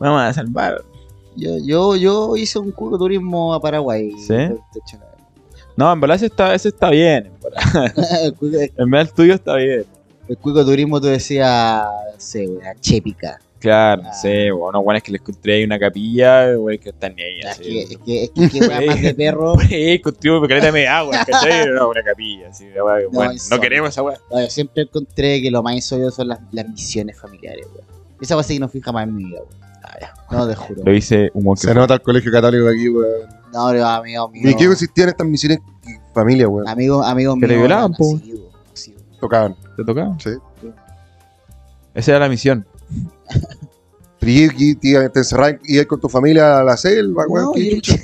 Speaker 2: Vamos a salvar.
Speaker 1: Yo, yo, yo hice un cuico turismo a Paraguay.
Speaker 2: ¿Sí? No, en verdad ese está, ese está bien. En verdad.
Speaker 1: el, cuico,
Speaker 2: En verdad el tuyo está bien.
Speaker 1: el cuico turismo tú decías, no sé, una chépica.
Speaker 2: Claro,
Speaker 1: Ah.
Speaker 2: no sé, bueno, unos buenos que les encontré ahí una capilla, bueno, que están ahí,
Speaker 1: Ah, Es
Speaker 2: así.
Speaker 1: que, es que, es que, qué weá más de perro.
Speaker 2: Eh, construimos porque caleta de agua, ¿cachai? Era una capilla, así, una weá que, bueno,
Speaker 1: eso.
Speaker 2: no queremos esa weá.
Speaker 1: No, yo siempre encontré que lo más insólito son las, las misiones familiares, weón. Esa cosa que no fija más en mi vida, weón. No, te juro.
Speaker 2: Ah, Lo dice un monje.
Speaker 3: Se nota el colegio católico de aquí, weón.
Speaker 1: No, pero amigo mío.
Speaker 3: ¿Y qué consistían estas misiones? Familia, weón.
Speaker 1: Amigos, amigos
Speaker 2: Que te
Speaker 1: míos,
Speaker 2: violaban,
Speaker 1: weón,
Speaker 2: po.
Speaker 1: así, weón, así, weón.
Speaker 3: Tocaban.
Speaker 2: ¿Te tocaba?
Speaker 3: Sí.
Speaker 2: Esa era la misión.
Speaker 3: Pero y- y- y- te encerrabas y ibas con tu familia a la selva, weón.
Speaker 1: No,
Speaker 3: Ah, ¿qué
Speaker 1: yo-
Speaker 3: chucha?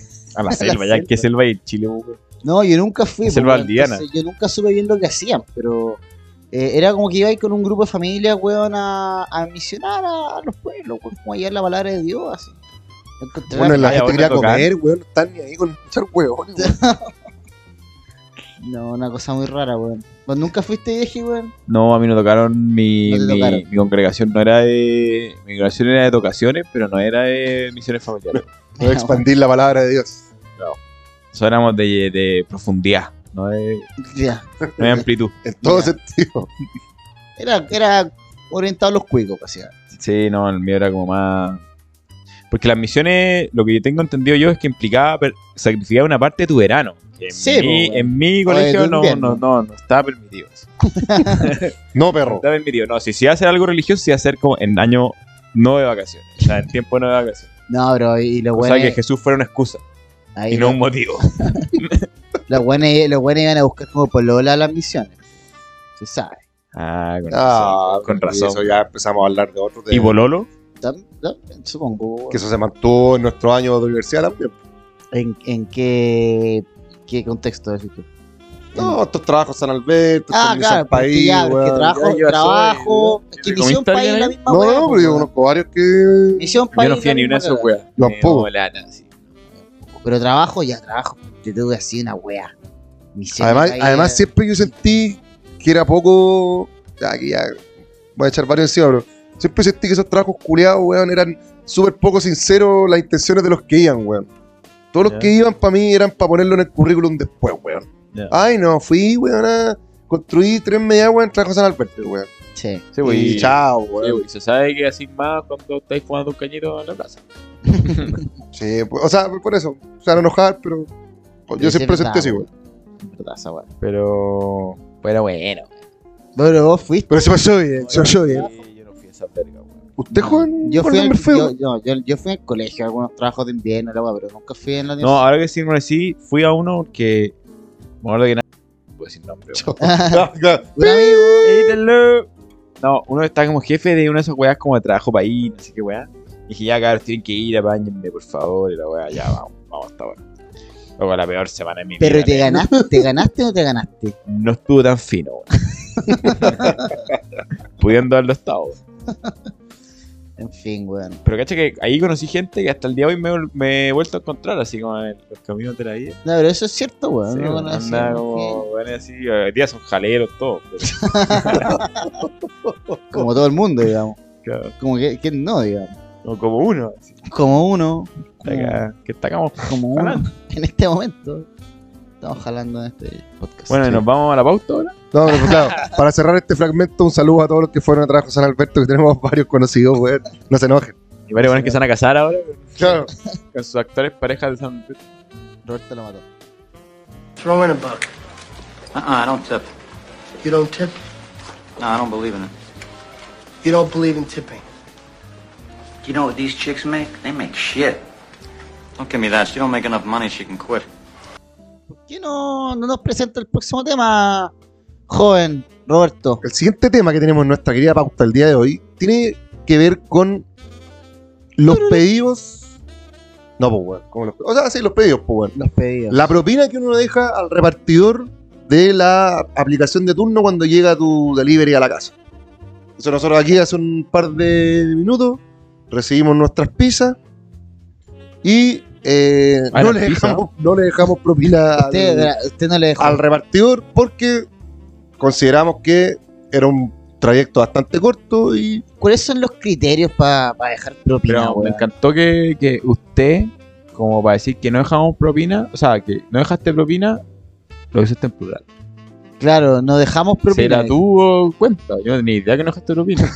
Speaker 2: A la selva,
Speaker 1: selva.
Speaker 2: ya que selva y el Chile, weón.
Speaker 1: No, yo nunca fui.
Speaker 2: La
Speaker 1: po,
Speaker 2: selva
Speaker 1: weón.
Speaker 2: aldeana.
Speaker 1: Entonces, Yo nunca supe bien lo que hacían, pero eh, era como que iba ahí con un grupo de familia, weón, a, a misionar a, a los pueblos, weón, como a llevar la palabra de Dios, así. Yo encontré
Speaker 3: Bueno, la
Speaker 2: Ay,
Speaker 3: gente
Speaker 2: ahora
Speaker 3: quería
Speaker 2: tocar.
Speaker 3: comer, weón. No están ni ahí con echar huevones, weón.
Speaker 1: No, una cosa muy rara, weón. ¿Vos nunca fuiste viaje, weón?
Speaker 2: No, a mí no tocaron mi,
Speaker 1: No te
Speaker 2: mi,
Speaker 1: tocaron.
Speaker 2: mi congregación, no era de. Mi congregación era de tocaciones, pero no era de misiones familiares.
Speaker 3: No expandir la palabra de Dios.
Speaker 2: Nosotros éramos de, de profundidad, no de,
Speaker 1: Ya.
Speaker 2: no de amplitud.
Speaker 3: En todo
Speaker 1: Ya.
Speaker 3: sentido.
Speaker 1: Era, era orientado a los cuicos, pues, casi.
Speaker 2: Sí, no, el mío era como más. Porque las misiones, lo que yo tengo entendido yo es que implicaba per- sacrificar una parte de tu verano. que en,
Speaker 1: Sí,
Speaker 2: mi,
Speaker 1: po, weón.
Speaker 2: en mi
Speaker 1: O de
Speaker 2: colegio
Speaker 1: tu
Speaker 2: no,
Speaker 1: invierno.
Speaker 2: no, no, no está permitido. eso.
Speaker 3: No,
Speaker 2: No
Speaker 3: perro.
Speaker 2: está permitido. No, si se iba a hacer algo religioso, se iba a hacer como en año no de vacaciones. O sea, en tiempo no de vacaciones.
Speaker 1: No, bro, y los
Speaker 2: O sea, que
Speaker 1: weones.
Speaker 2: Jesús fuera una excusa
Speaker 1: ahí
Speaker 2: y no
Speaker 1: los-
Speaker 2: un motivo.
Speaker 1: Los weones los weones iban a buscar como polola las misiones. Se sabe.
Speaker 2: Ah, con
Speaker 3: Ah,
Speaker 2: razón. Con
Speaker 3: y
Speaker 2: razón.
Speaker 3: Eso ya empezamos a hablar de otro. tema.
Speaker 2: ¿Y Bololo?
Speaker 1: Tam- tam- Supongo. weón.
Speaker 3: Que eso se mantuvo en nuestro año de universidad también.
Speaker 1: ¿En, en qué, qué contexto decís tú?
Speaker 3: No, estos trabajos San Alberto,
Speaker 1: Mm. Ah,
Speaker 3: Comisión
Speaker 1: claro, porque
Speaker 3: país,
Speaker 1: ya, porque
Speaker 3: weón.
Speaker 1: trabajo,
Speaker 2: ya yo soy,
Speaker 1: trabajo,
Speaker 2: ¿no?
Speaker 1: es que
Speaker 2: ¿Te
Speaker 1: Misión
Speaker 2: comiste
Speaker 1: País
Speaker 2: alguien
Speaker 1: es la
Speaker 2: ahí?
Speaker 1: misma
Speaker 3: No,
Speaker 1: weá,
Speaker 3: no,
Speaker 1: pues,
Speaker 3: pero yo
Speaker 1: weón.
Speaker 3: conozco varios que.
Speaker 1: Misión País
Speaker 2: Yo no
Speaker 1: es
Speaker 2: fui
Speaker 1: la
Speaker 2: a ni una de
Speaker 1: misma
Speaker 2: esas
Speaker 1: weá.
Speaker 2: weas.
Speaker 3: Yo
Speaker 2: Me
Speaker 3: tampoco.
Speaker 2: dio la nada, sí.
Speaker 1: Pero trabajo, ya trabajo. Yo tuve así una wea. Misión
Speaker 3: Además,
Speaker 1: País-
Speaker 3: además, siempre yo sentí que era poco. Ya, aquí ya. Voy a echar varios encima, pero. Siempre sentí que esos trabajos culiados, weón, eran súper poco sinceros las intenciones de los que iban, weón. Todos los
Speaker 2: Ya.
Speaker 3: que iban para mí eran para ponerlo en el currículum después, weón.
Speaker 2: Ya.
Speaker 3: Ay, no, fui, weón, a construir tres media, weón, trajo San Alberto, weón.
Speaker 1: Sí.
Speaker 2: Sí,
Speaker 3: Y
Speaker 2: güey.
Speaker 3: chao,
Speaker 2: Sí,
Speaker 3: weón.
Speaker 2: güey, se sabe que así más cuando estáis fumando un cañito en la plaza.
Speaker 3: Sí, pues, o sea, por eso. Se van a enojar, pero. pues, yo
Speaker 1: Sí,
Speaker 3: siempre
Speaker 1: sí, verdad,
Speaker 3: sentí así, weón.
Speaker 1: Verdad, esa wea.
Speaker 2: Pero. Pero bueno.
Speaker 1: Pero vos fuiste.
Speaker 3: Pero se pasó bien, se pasó bien.
Speaker 2: Sí, Yo no fui a esa verga, güey.
Speaker 3: ¿Usted, joven?
Speaker 1: Yo
Speaker 3: con
Speaker 1: fui, al,
Speaker 3: nombre feo,
Speaker 1: yo,
Speaker 3: weón?
Speaker 1: no, yo, yo fui al colegio, algunos trabajos de invierno, la wea, pero nunca fui en la
Speaker 2: No, ahora que sí no sí, fui a uno que. Me acuerdo que nada. Voy a decir nombre. güey.
Speaker 3: Ah, claro.
Speaker 1: Un amigo.
Speaker 2: Hello. No, uno está como jefe de una de esas weas como de trabajo país, no sé qué weá. Y dije, ya cabrón, tienen que ir, apáñenme, por favor. Y la weá, ya vamos, vamos hasta ahora. Luego la peor semana de mi
Speaker 1: Pero
Speaker 2: vida.
Speaker 1: te
Speaker 2: ¿no?
Speaker 1: ganaste, te ganaste o no te ganaste.
Speaker 2: No estuvo tan fino, weón. Pudiendo haberlo estado. weón.
Speaker 1: En fin, weón.
Speaker 2: Pero cacha que ahí conocí gente que hasta el día de hoy me, me he vuelto a encontrar, así como en los caminos de la vida.
Speaker 1: No, pero eso es cierto, weón.
Speaker 2: Sí,
Speaker 1: no
Speaker 2: weón,
Speaker 1: conocí,
Speaker 2: anda
Speaker 1: no,
Speaker 2: como, weón, así, hoy día son jaleros todos. pero-
Speaker 1: que- Como todo el mundo, digamos.
Speaker 2: claro,
Speaker 1: Como que, que no, digamos.
Speaker 2: como- como uno, así,
Speaker 1: Como uno.
Speaker 2: está acá, que está como
Speaker 1: Como uno.
Speaker 2: jalando.
Speaker 1: En este momento. Estamos jalando en este podcast.
Speaker 2: Bueno, ¿y
Speaker 1: Sí.
Speaker 2: nos vamos a la pauta ahora.
Speaker 3: No, pero pues, claro, para cerrar este fragmento, un saludo a todos los que fueron a trabajo San Alberto, que tenemos varios conocidos, weón. No se enojen.
Speaker 2: Y varios buenos que se van a casar ahora
Speaker 3: Claro.
Speaker 2: con sus actores parejas de San
Speaker 1: Roberto lo mató.
Speaker 5: Throw in a buck.
Speaker 6: Uh-uh, I don't tip.
Speaker 5: You don't tip.
Speaker 6: No, I don't believe in it.
Speaker 5: You don't believe in tipping.
Speaker 6: You know what these chicks make? They make shit. Don't give me that. She don't make enough money. She can quit.
Speaker 1: ¿Por qué no, no nos presenta el próximo tema, joven Roberto?
Speaker 3: El siguiente tema que tenemos en nuestra querida pauta el día de hoy tiene que ver con los pedidos. No, pues, weón. ¿cómo los pedidos? O sea, sí, los pedidos, pues, weón.
Speaker 1: Los pedidos.
Speaker 3: La propina que uno deja al repartidor de la aplicación de turno cuando llega tu delivery a la casa. Entonces nosotros aquí hace un par de minutos recibimos nuestras pizzas y eh,
Speaker 2: Ah,
Speaker 3: no,
Speaker 2: las
Speaker 3: le
Speaker 2: pizzas.
Speaker 3: dejamos, no le dejamos propina
Speaker 1: Usted,
Speaker 3: al,
Speaker 1: usted no le dejó.
Speaker 3: al repartidor porque consideramos que era un trayecto bastante corto y
Speaker 1: ¿Cuáles son los criterios para dejar propina,
Speaker 2: Pero me
Speaker 1: weón?
Speaker 2: encantó que, que usted, como para decir que no dejamos propina, o sea, que no dejaste propina, lo hiciste en plural.
Speaker 1: Claro, no dejamos propina.
Speaker 2: ¿Será tú o cuenta? Yo ni idea que no dejaste propina.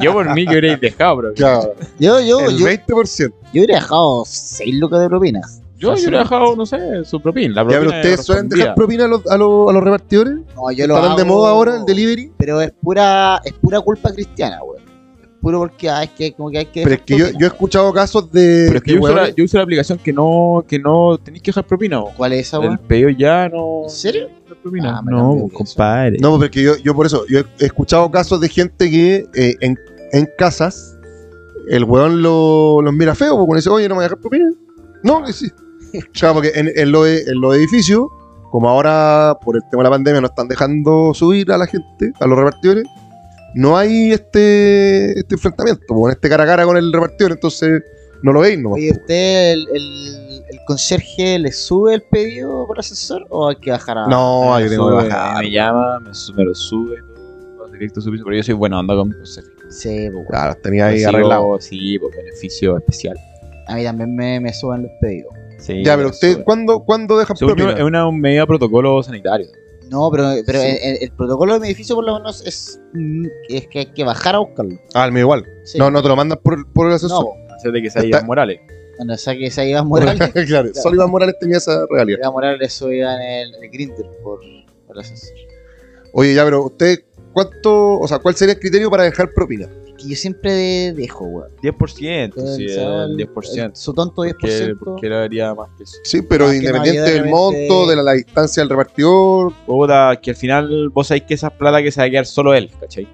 Speaker 2: yo por mí que hubierais dejado propina.
Speaker 1: Yo, yo,
Speaker 3: el
Speaker 1: yo,
Speaker 3: 20%.
Speaker 1: yo hubiera dejado 6 lucas de propina.
Speaker 2: Yo yo hubiera dejado, no sé, su propina. La
Speaker 3: Ya,
Speaker 2: propina
Speaker 3: pero ustedes suelen
Speaker 2: correspondía.
Speaker 3: dejar propina a los, a los- a los repartidores.
Speaker 1: No, yo lo
Speaker 3: ¿Están de
Speaker 1: hago-
Speaker 3: moda ahora el delivery?
Speaker 1: Pero es pura, es pura culpa cristiana, weón. Es puro porque ah, es que como que hay que.
Speaker 3: Pero es que yo, yo he escuchado casos de.
Speaker 2: Pero es que
Speaker 3: de
Speaker 2: yo uso, la,
Speaker 3: hueones-
Speaker 2: yo uso la aplicación que no, que no tenéis que dejar propina. vos.
Speaker 1: ¿Cuál es esa,
Speaker 2: El
Speaker 1: weón?
Speaker 2: pedido ya no.
Speaker 1: ¿En serio?
Speaker 2: no hay propina.
Speaker 1: Ah, me
Speaker 2: no,
Speaker 1: cambié
Speaker 2: vos,
Speaker 1: de
Speaker 2: compadre.
Speaker 3: No, pero es que yo, yo por eso, yo he escuchado casos de gente que eh, en, en casas el weón lo- los mira feo porque le dice, oye, no me voy a dejar propina. No, que sí. Claro, porque en, en los en los edificios, como ahora por el tema de la pandemia no están dejando subir a la gente, a los repartidores, no hay este, este enfrentamiento, con este cara a cara con el repartidor, entonces no lo veis nomás.
Speaker 1: Oye, ¿usted, el, el, el conserje, le sube el pedido por asesor o hay que bajar a.?
Speaker 3: No,
Speaker 2: Me
Speaker 3: ahí tengo que
Speaker 2: sube,
Speaker 3: bajar.
Speaker 2: Me llama, me, su- me lo sube, todo, directo su piso, pero yo soy buena onda con mi consejo.
Speaker 1: Sí, pues, weón.
Speaker 3: Claro, tenía ahí
Speaker 2: Consigo-
Speaker 3: arreglado.
Speaker 2: Sí, por beneficio especial.
Speaker 1: A mí también me, me suben los pedidos.
Speaker 2: Sí,
Speaker 3: Ya, pero
Speaker 2: me
Speaker 3: usted,
Speaker 2: sube.
Speaker 3: ¿cuándo, ¿cuándo deja
Speaker 2: Según yo,
Speaker 3: propina?
Speaker 2: es una medida de protocolo sanitario.
Speaker 1: No, pero, pero
Speaker 3: Sí.
Speaker 1: el, el- el protocolo de mi edificio por lo menos es, mm, es que hay que bajar a buscarlo.
Speaker 3: Ah, el mío igual.
Speaker 1: Sí.
Speaker 3: No, no te lo mandan por, por el ascensor.
Speaker 1: No,
Speaker 2: Antes de que sea
Speaker 3: Está-
Speaker 2: Iván Morales.
Speaker 1: cuando saque esa Iván Morales,
Speaker 3: claro, solo Iván Morales tenía esa realidad.
Speaker 1: Iván Morales le subía en el, en el Grindr por, por el ascensor.
Speaker 3: Oye, ya, pero usted, ¿cuánto, o sea, cuál sería el criterio para dejar propina?
Speaker 1: Que yo siempre de- dejo, weón.
Speaker 2: 10%, sí,
Speaker 1: O
Speaker 2: el,
Speaker 1: sea, el-
Speaker 2: 10%.
Speaker 1: el- su tonto 10%.
Speaker 2: ¿Qué, ¿Por qué lo haría más que eso?
Speaker 3: Sí, pero
Speaker 1: Ah, que no,
Speaker 3: independiente
Speaker 1: yo de
Speaker 3: del
Speaker 1: repente-
Speaker 3: monto, de la, la distancia del repartidor.
Speaker 2: Puta, que al final vos sabés que esa plata que se va a quedar solo él, ¿cachai?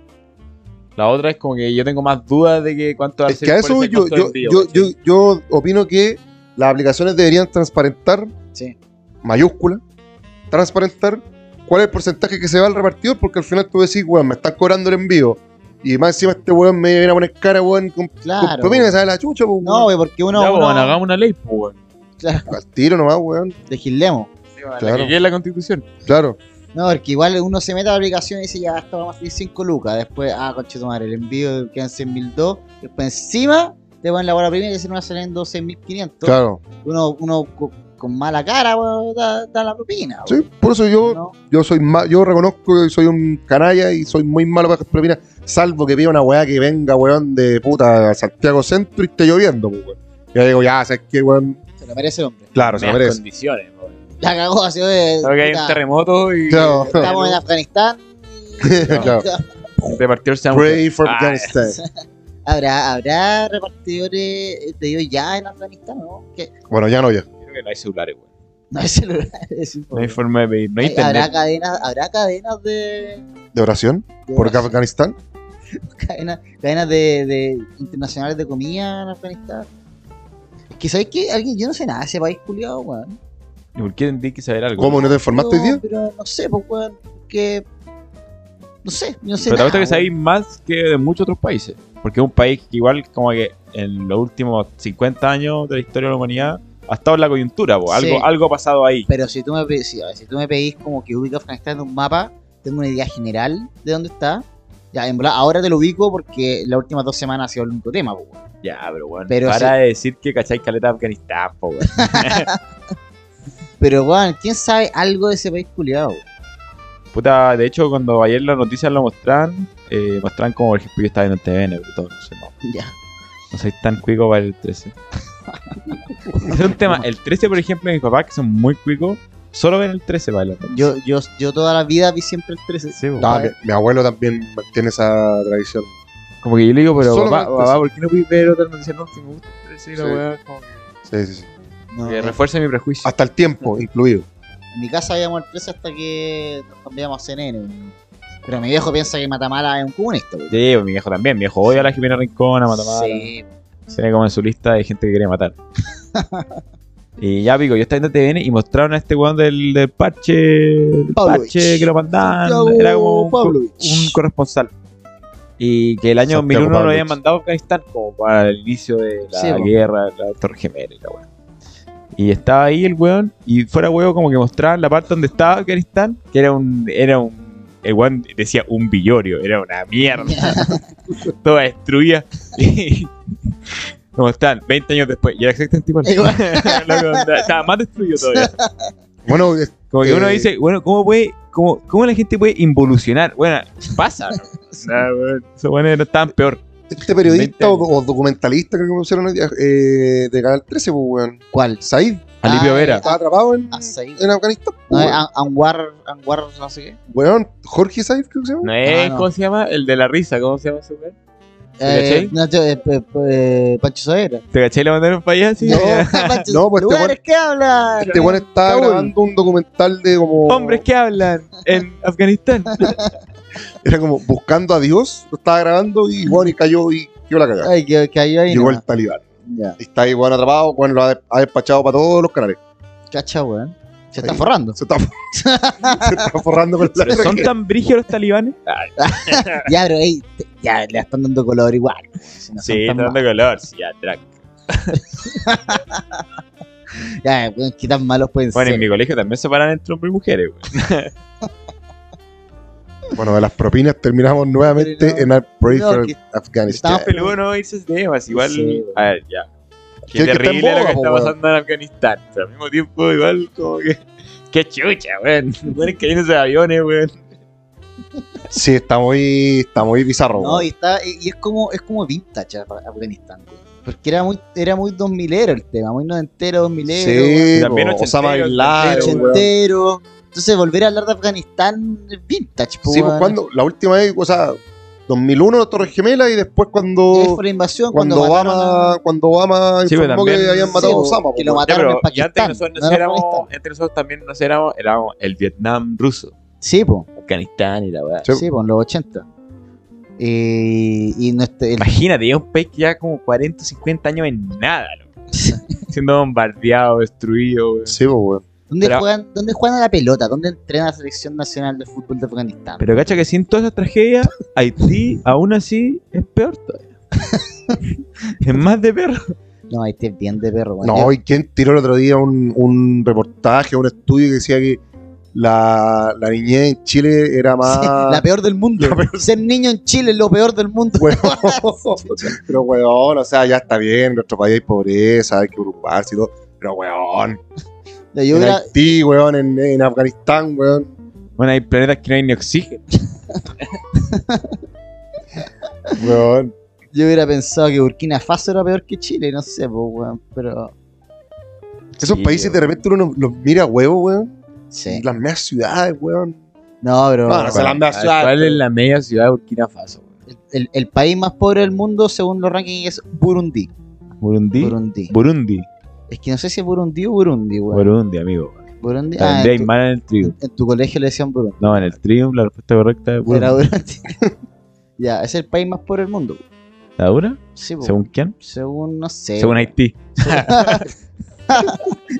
Speaker 2: La otra es como que yo tengo más dudas de que cuánto va
Speaker 3: Es que a
Speaker 2: ser
Speaker 3: eso
Speaker 2: por ese
Speaker 3: yo,
Speaker 2: costo
Speaker 3: yo,
Speaker 2: de envío,
Speaker 3: yo,
Speaker 2: ¿cachai?
Speaker 3: yo, yo opino que las aplicaciones deberían transparentar,
Speaker 1: Sí.
Speaker 3: mayúscula, transparentar cuál es el porcentaje que se va al repartidor, porque al final tú decís, weón, me están cobrando el envío. Y más encima este weón me viene a poner cara, weón, con,
Speaker 1: Claro.
Speaker 3: con propina, ¿sabes? La chucha, pues,
Speaker 1: No,
Speaker 3: weón.
Speaker 1: güey, porque uno,
Speaker 2: ya,
Speaker 1: uno-
Speaker 2: bueno, hagamos una ley, pues, weón.
Speaker 1: claro,
Speaker 3: Al tiro nomás, weón.
Speaker 1: legislemos.
Speaker 2: La que
Speaker 3: Claro.
Speaker 2: quede en la constitución.
Speaker 3: Claro.
Speaker 1: No, porque igual uno se mete a la aplicación y dice, ya, esto vamos a salir 5 lucas. Después, ah, conche tu madre, el envío quedan 100.002. Después, encima, te ponen la hora primera y dicen, no va a salir en 12.500.
Speaker 3: Claro.
Speaker 1: Uno, uno co- con, mala cara weón, da, da la propina.
Speaker 3: Sí,
Speaker 1: weón,
Speaker 3: por eso yo,
Speaker 1: ¿no?
Speaker 3: yo soy ma- yo reconozco que soy un canalla y soy muy malo para las propinas, salvo que pida una weá que venga, weón, de puta a Santiago Centro y esté lloviendo, pues, weón. Yo digo, ya, ¿sabes qué, weón?
Speaker 1: Se lo merece el hombre.
Speaker 3: Claro, se
Speaker 2: Meas
Speaker 3: lo merece.
Speaker 2: condiciones, pues, weón.
Speaker 1: La cagó así, oye,
Speaker 2: Claro que hay un
Speaker 1: puta,
Speaker 2: terremoto y.
Speaker 3: Claro.
Speaker 1: Estamos en Afganistán.
Speaker 3: Claro.
Speaker 2: Repartidor se llama-
Speaker 3: Pray for
Speaker 2: Ah,
Speaker 3: Afghanistan.
Speaker 1: ¿Habrá, ¿Habrá repartidores de Dios ya en Afganistán? ¿no? ¿Qué?
Speaker 3: Bueno, ya no, ya.
Speaker 2: Creo que no hay celulares, weón.
Speaker 1: No hay celulares.
Speaker 2: No hay forma de pedir. No hay
Speaker 1: ¿Habrá,
Speaker 2: internet.
Speaker 1: cadenas, ¿Habrá cadenas de.
Speaker 3: ¿De oración?
Speaker 1: de
Speaker 3: ¿Por Afganistán?
Speaker 1: cadenas, cadenas de, de internacionales de comida en Afganistán. Es que sabéis que alguien, yo no sé nada de ese país culiado, weón.
Speaker 2: ¿Y por qué tendría que saber algo?
Speaker 3: ¿Cómo no te informaste hoy
Speaker 1: No,
Speaker 3: día?
Speaker 1: Pero no sé, pues weón, que no sé, no sé.
Speaker 2: Pero te
Speaker 1: nada,
Speaker 2: apuesto que
Speaker 1: weón.
Speaker 2: sabéis más que de muchos otros países. Porque es un país que igual como que en los últimos 50 años de la historia de la humanidad ha estado en la coyuntura, po.
Speaker 1: Sí.
Speaker 2: Algo, algo ha pasado ahí.
Speaker 1: Pero si tú me pedís, sí, a ver, si tú me pedís como que ubica Afganistán en un mapa, tengo una idea general de dónde está. Ya, en volada, ahora te lo ubico porque las últimas dos semanas ha sido el único tema, pues, weón.
Speaker 2: Ya, pero bueno.
Speaker 1: Pero
Speaker 2: para
Speaker 1: sí.
Speaker 2: de decir que cacháis caleta de Afganistán, po, weón.
Speaker 1: Pero weón, ¿quién sabe algo de ese país culiado?
Speaker 2: Puta, de hecho, cuando ayer las noticias lo mostraron, eh, mostraron como, por ejemplo, yo estaba viendo TVN, pero todo, no sé, no.
Speaker 1: Ya.
Speaker 2: No soy tan cuico para el 13. es un tema. El 13, por ejemplo, mis papás, que son muy cuicos, solo ven el 13 bailar.
Speaker 1: Yo, yo, yo toda la vida vi siempre el 13.
Speaker 2: Sí, po.
Speaker 3: Ah, mi, mi abuelo también tiene esa tradición.
Speaker 2: Como que yo le digo, pero
Speaker 3: Solo
Speaker 2: papá,
Speaker 3: ven el
Speaker 2: papá,
Speaker 3: 13.
Speaker 2: ¿por qué no pude ver otra noticia? No, que me gusta el 13 y la
Speaker 3: Sí.
Speaker 2: weá, como que-
Speaker 3: Sí, sí, sí.
Speaker 1: No,
Speaker 2: que
Speaker 1: eh,
Speaker 2: refuerza mi prejuicio.
Speaker 3: Hasta el tiempo incluido.
Speaker 1: En mi casa habíamos el 13 hasta que nos cambiamos a CNN. Pero mi viejo piensa que Matamala es un comunista. güey.
Speaker 2: Sí, mi viejo también. Mi viejo odia a la Jimena Rincón, a Ah, Matamala.
Speaker 1: Sí.
Speaker 2: Tiene como en su lista de gente que quiere matar. y ya, pico, yo estaba viendo TVN y mostraron a este weón del, del parche. del
Speaker 1: Pavlovich.
Speaker 2: parche que lo mandaban.
Speaker 1: Santiago
Speaker 2: Era como un, co-
Speaker 1: Pavlovich.
Speaker 2: un corresponsal. Y que el año
Speaker 3: Santiago
Speaker 2: 2001 lo habían
Speaker 3: Pavlovich.
Speaker 2: mandado a Afganistán como para el inicio de la
Speaker 1: Sí, po.
Speaker 2: guerra, la Torre Gemela y la weón. Y estaba ahí el weón, y fuera huevo, como que mostraban la parte donde estaba Afganistán, que era un. Era un el weón decía un villorio, era una mierda toda destruida. Y- ¿Cómo están? 20 años después. Y era exactamente igual.
Speaker 1: Igual.
Speaker 2: Loco, andaba- estaba más destruido todavía.
Speaker 3: Bueno, es-
Speaker 2: Como que uno
Speaker 3: Eh.
Speaker 2: dice, bueno, ¿cómo puede, cómo, cómo la gente puede involucionar? Bueno, pasa. ¿no? Nah, weón, Esos buenos eran- estaban peor.
Speaker 3: este periodista
Speaker 2: 20
Speaker 3: o, o documentalista creo que pusieron hoy día, eh, de Canal 13, pues, weón.
Speaker 1: ¿Cuál?
Speaker 3: Said
Speaker 2: Alipio
Speaker 1: Ah,
Speaker 2: Vera.
Speaker 3: estaba atrapado en,
Speaker 1: Ah, Said.
Speaker 3: en Afganistán. pues,
Speaker 1: No, ah. es
Speaker 3: weón.
Speaker 1: An- Anwar, Anwar, no sé qué.
Speaker 3: Weón, Jorge Said creo que se llama.
Speaker 2: No es,
Speaker 1: Ah, no.
Speaker 2: ¿cómo se llama? El de la risa, ¿cómo se llama ese weón?
Speaker 1: Eh,
Speaker 2: ¿Cachai?
Speaker 1: no, yo, eh, eh, eh, Pancho Saavedra.
Speaker 2: ¿Te caché y lo mandaron para allá? Sí.
Speaker 1: No, Pancho,
Speaker 3: No, pues este
Speaker 1: lugares que hablan.
Speaker 3: Este weón está
Speaker 1: Kabul.
Speaker 3: grabando un documental de como.
Speaker 2: Hombres que hablan en Afganistán.
Speaker 3: Era como buscando a Dios. Lo estaba grabando y bueno, y cayó y quedó la cagada.
Speaker 1: Ay, que, que ahí ahí
Speaker 3: Llegó el
Speaker 1: nomás.
Speaker 3: talibán.
Speaker 1: Ya.
Speaker 3: Y está ahí, weón, atrapado. Weón, lo ha, de- ha despachado para todos los canales.
Speaker 1: Cacha, weón. Se está
Speaker 3: Ahí.
Speaker 1: forrando.
Speaker 3: Se está, se está forrando con la
Speaker 2: Pero ¿Son tan brígidos los talibanes?
Speaker 1: Ya, pero ahí, te- ya le están dando color igual. weón, si no son tan malos.
Speaker 2: color. Sí, ya, track.
Speaker 1: Ya, weón, qué tan malos pueden
Speaker 2: Bueno, en
Speaker 1: ser.
Speaker 2: mi colegio también se paran entre hombres y mujeres, weón.
Speaker 3: Bueno, de las propinas terminamos nuevamente
Speaker 1: Pero no.
Speaker 3: en Our Pray
Speaker 1: No,
Speaker 3: for
Speaker 1: que-
Speaker 3: Afghanistan.
Speaker 1: estamos-
Speaker 2: peludo no irse de temas, igual.
Speaker 1: Sí.
Speaker 2: A ver, ya.
Speaker 3: Sí,
Speaker 2: Qué
Speaker 3: que está en
Speaker 2: terrible
Speaker 3: boga,
Speaker 2: lo que
Speaker 3: po,
Speaker 2: está
Speaker 3: weón.
Speaker 2: pasando en Afganistán. Pero al mismo tiempo, igual, como que. Qué chucha, weón. Mueren cayéndose de aviones, weón.
Speaker 3: Sí, está muy, está muy bizarro.
Speaker 1: No,
Speaker 3: weón.
Speaker 1: y, está, y y es como es como vintage Af- Afganistán, güey. Porque era muy, era muy 2000 el tema, muy noventero, 2000
Speaker 3: Sí,
Speaker 2: También
Speaker 3: po,
Speaker 2: ochentero,
Speaker 3: Osama Bin Laden,
Speaker 2: ochentero,
Speaker 3: weón.
Speaker 1: ochentero. Entonces, volver a hablar de Afganistán es vintage, po,
Speaker 3: Sí, pues
Speaker 1: weón.
Speaker 3: cuando, la última vez, o sea, 2001 la Torre Gemela y después
Speaker 1: Que
Speaker 3: cuando,
Speaker 1: fue la invasión,
Speaker 3: cuando,
Speaker 1: cuando,
Speaker 3: Obama,
Speaker 1: mataron
Speaker 3: cuando Obama
Speaker 2: Sí, pero
Speaker 3: informó
Speaker 2: también-
Speaker 3: que habían
Speaker 2: Sí,
Speaker 3: matado a
Speaker 1: pues,
Speaker 3: Osama.
Speaker 1: que
Speaker 3: pues,
Speaker 1: lo
Speaker 3: weón.
Speaker 1: mataron en
Speaker 2: y antes
Speaker 1: Pakistán,
Speaker 2: nosotros,
Speaker 1: no
Speaker 2: nos
Speaker 1: era
Speaker 2: éramos,
Speaker 1: Afganistán.
Speaker 2: entre nosotros también nos éramos, éramos el Vietnam ruso,
Speaker 1: a- Sí, po,
Speaker 2: Afganistán y la weá.
Speaker 3: Sí.
Speaker 1: sí, po, en los 80. Eh, y nuestro, el-
Speaker 2: Imagínate, ya un país que ya como 40, 50 años en nada, loco. Siendo bombardeado, destruido, weón.
Speaker 3: Sí, pues, weón.
Speaker 1: ¿Dónde,
Speaker 2: Pero-
Speaker 1: juegan, ¿Dónde juegan a la pelota? ¿Dónde entrena la selección nacional de fútbol de Afganistán?
Speaker 2: Pero cacha que sin todas esas tragedias, Haití aún así es peor todavía. es más de perro.
Speaker 1: No, ahí estés bien de perro. weón.
Speaker 3: No, ¿y quién tiró el otro día un, un reportaje, un estudio que decía que la, la niñez en Chile era más...
Speaker 1: la peor del mundo. Ser niño en Chile es lo peor del mundo.
Speaker 3: Weón, pero weón, o sea, ya está bien, en nuestro país hay pobreza, hay que preocuparse y todo. Pero weón,
Speaker 1: Yo
Speaker 3: en
Speaker 1: hubiera-
Speaker 3: Haití, weón, en, en Afganistán, weón.
Speaker 2: Bueno, hay planetas que no hay ni oxígeno.
Speaker 3: weón.
Speaker 1: Yo hubiera pensado que Burkina Faso era peor que Chile, no sé, po, weón, pero
Speaker 3: Esos
Speaker 2: Sí,
Speaker 3: países de
Speaker 2: weón.
Speaker 3: repente uno los mira huevo, weón.
Speaker 1: sí.
Speaker 3: Las meas ciudades, weón.
Speaker 1: No, pero
Speaker 3: No, no se la han dado suave.
Speaker 2: ¿Cuál es la media ciudad de Burkina Faso? weón?
Speaker 1: el, el- el país más pobre del mundo según los rankings es Burundi.
Speaker 2: ¿Burundi? Burundi.
Speaker 1: Burundi.
Speaker 2: Burundi,
Speaker 1: Es que no sé si es Burundi o Burundi, weón.
Speaker 2: amigo.
Speaker 1: Burundi. Ah,
Speaker 2: André
Speaker 1: en, tu,
Speaker 2: mal en el triunfo.
Speaker 1: en tu colegio le decían Burundi.
Speaker 2: No, en el triunfo la respuesta correcta es Burundi.
Speaker 1: Era Burundi. ya, es el país más pobre del mundo.
Speaker 2: ¿La dura?
Speaker 1: Sí, po.
Speaker 2: ¿Según quién?
Speaker 1: Según, no sé.
Speaker 2: Según Haití.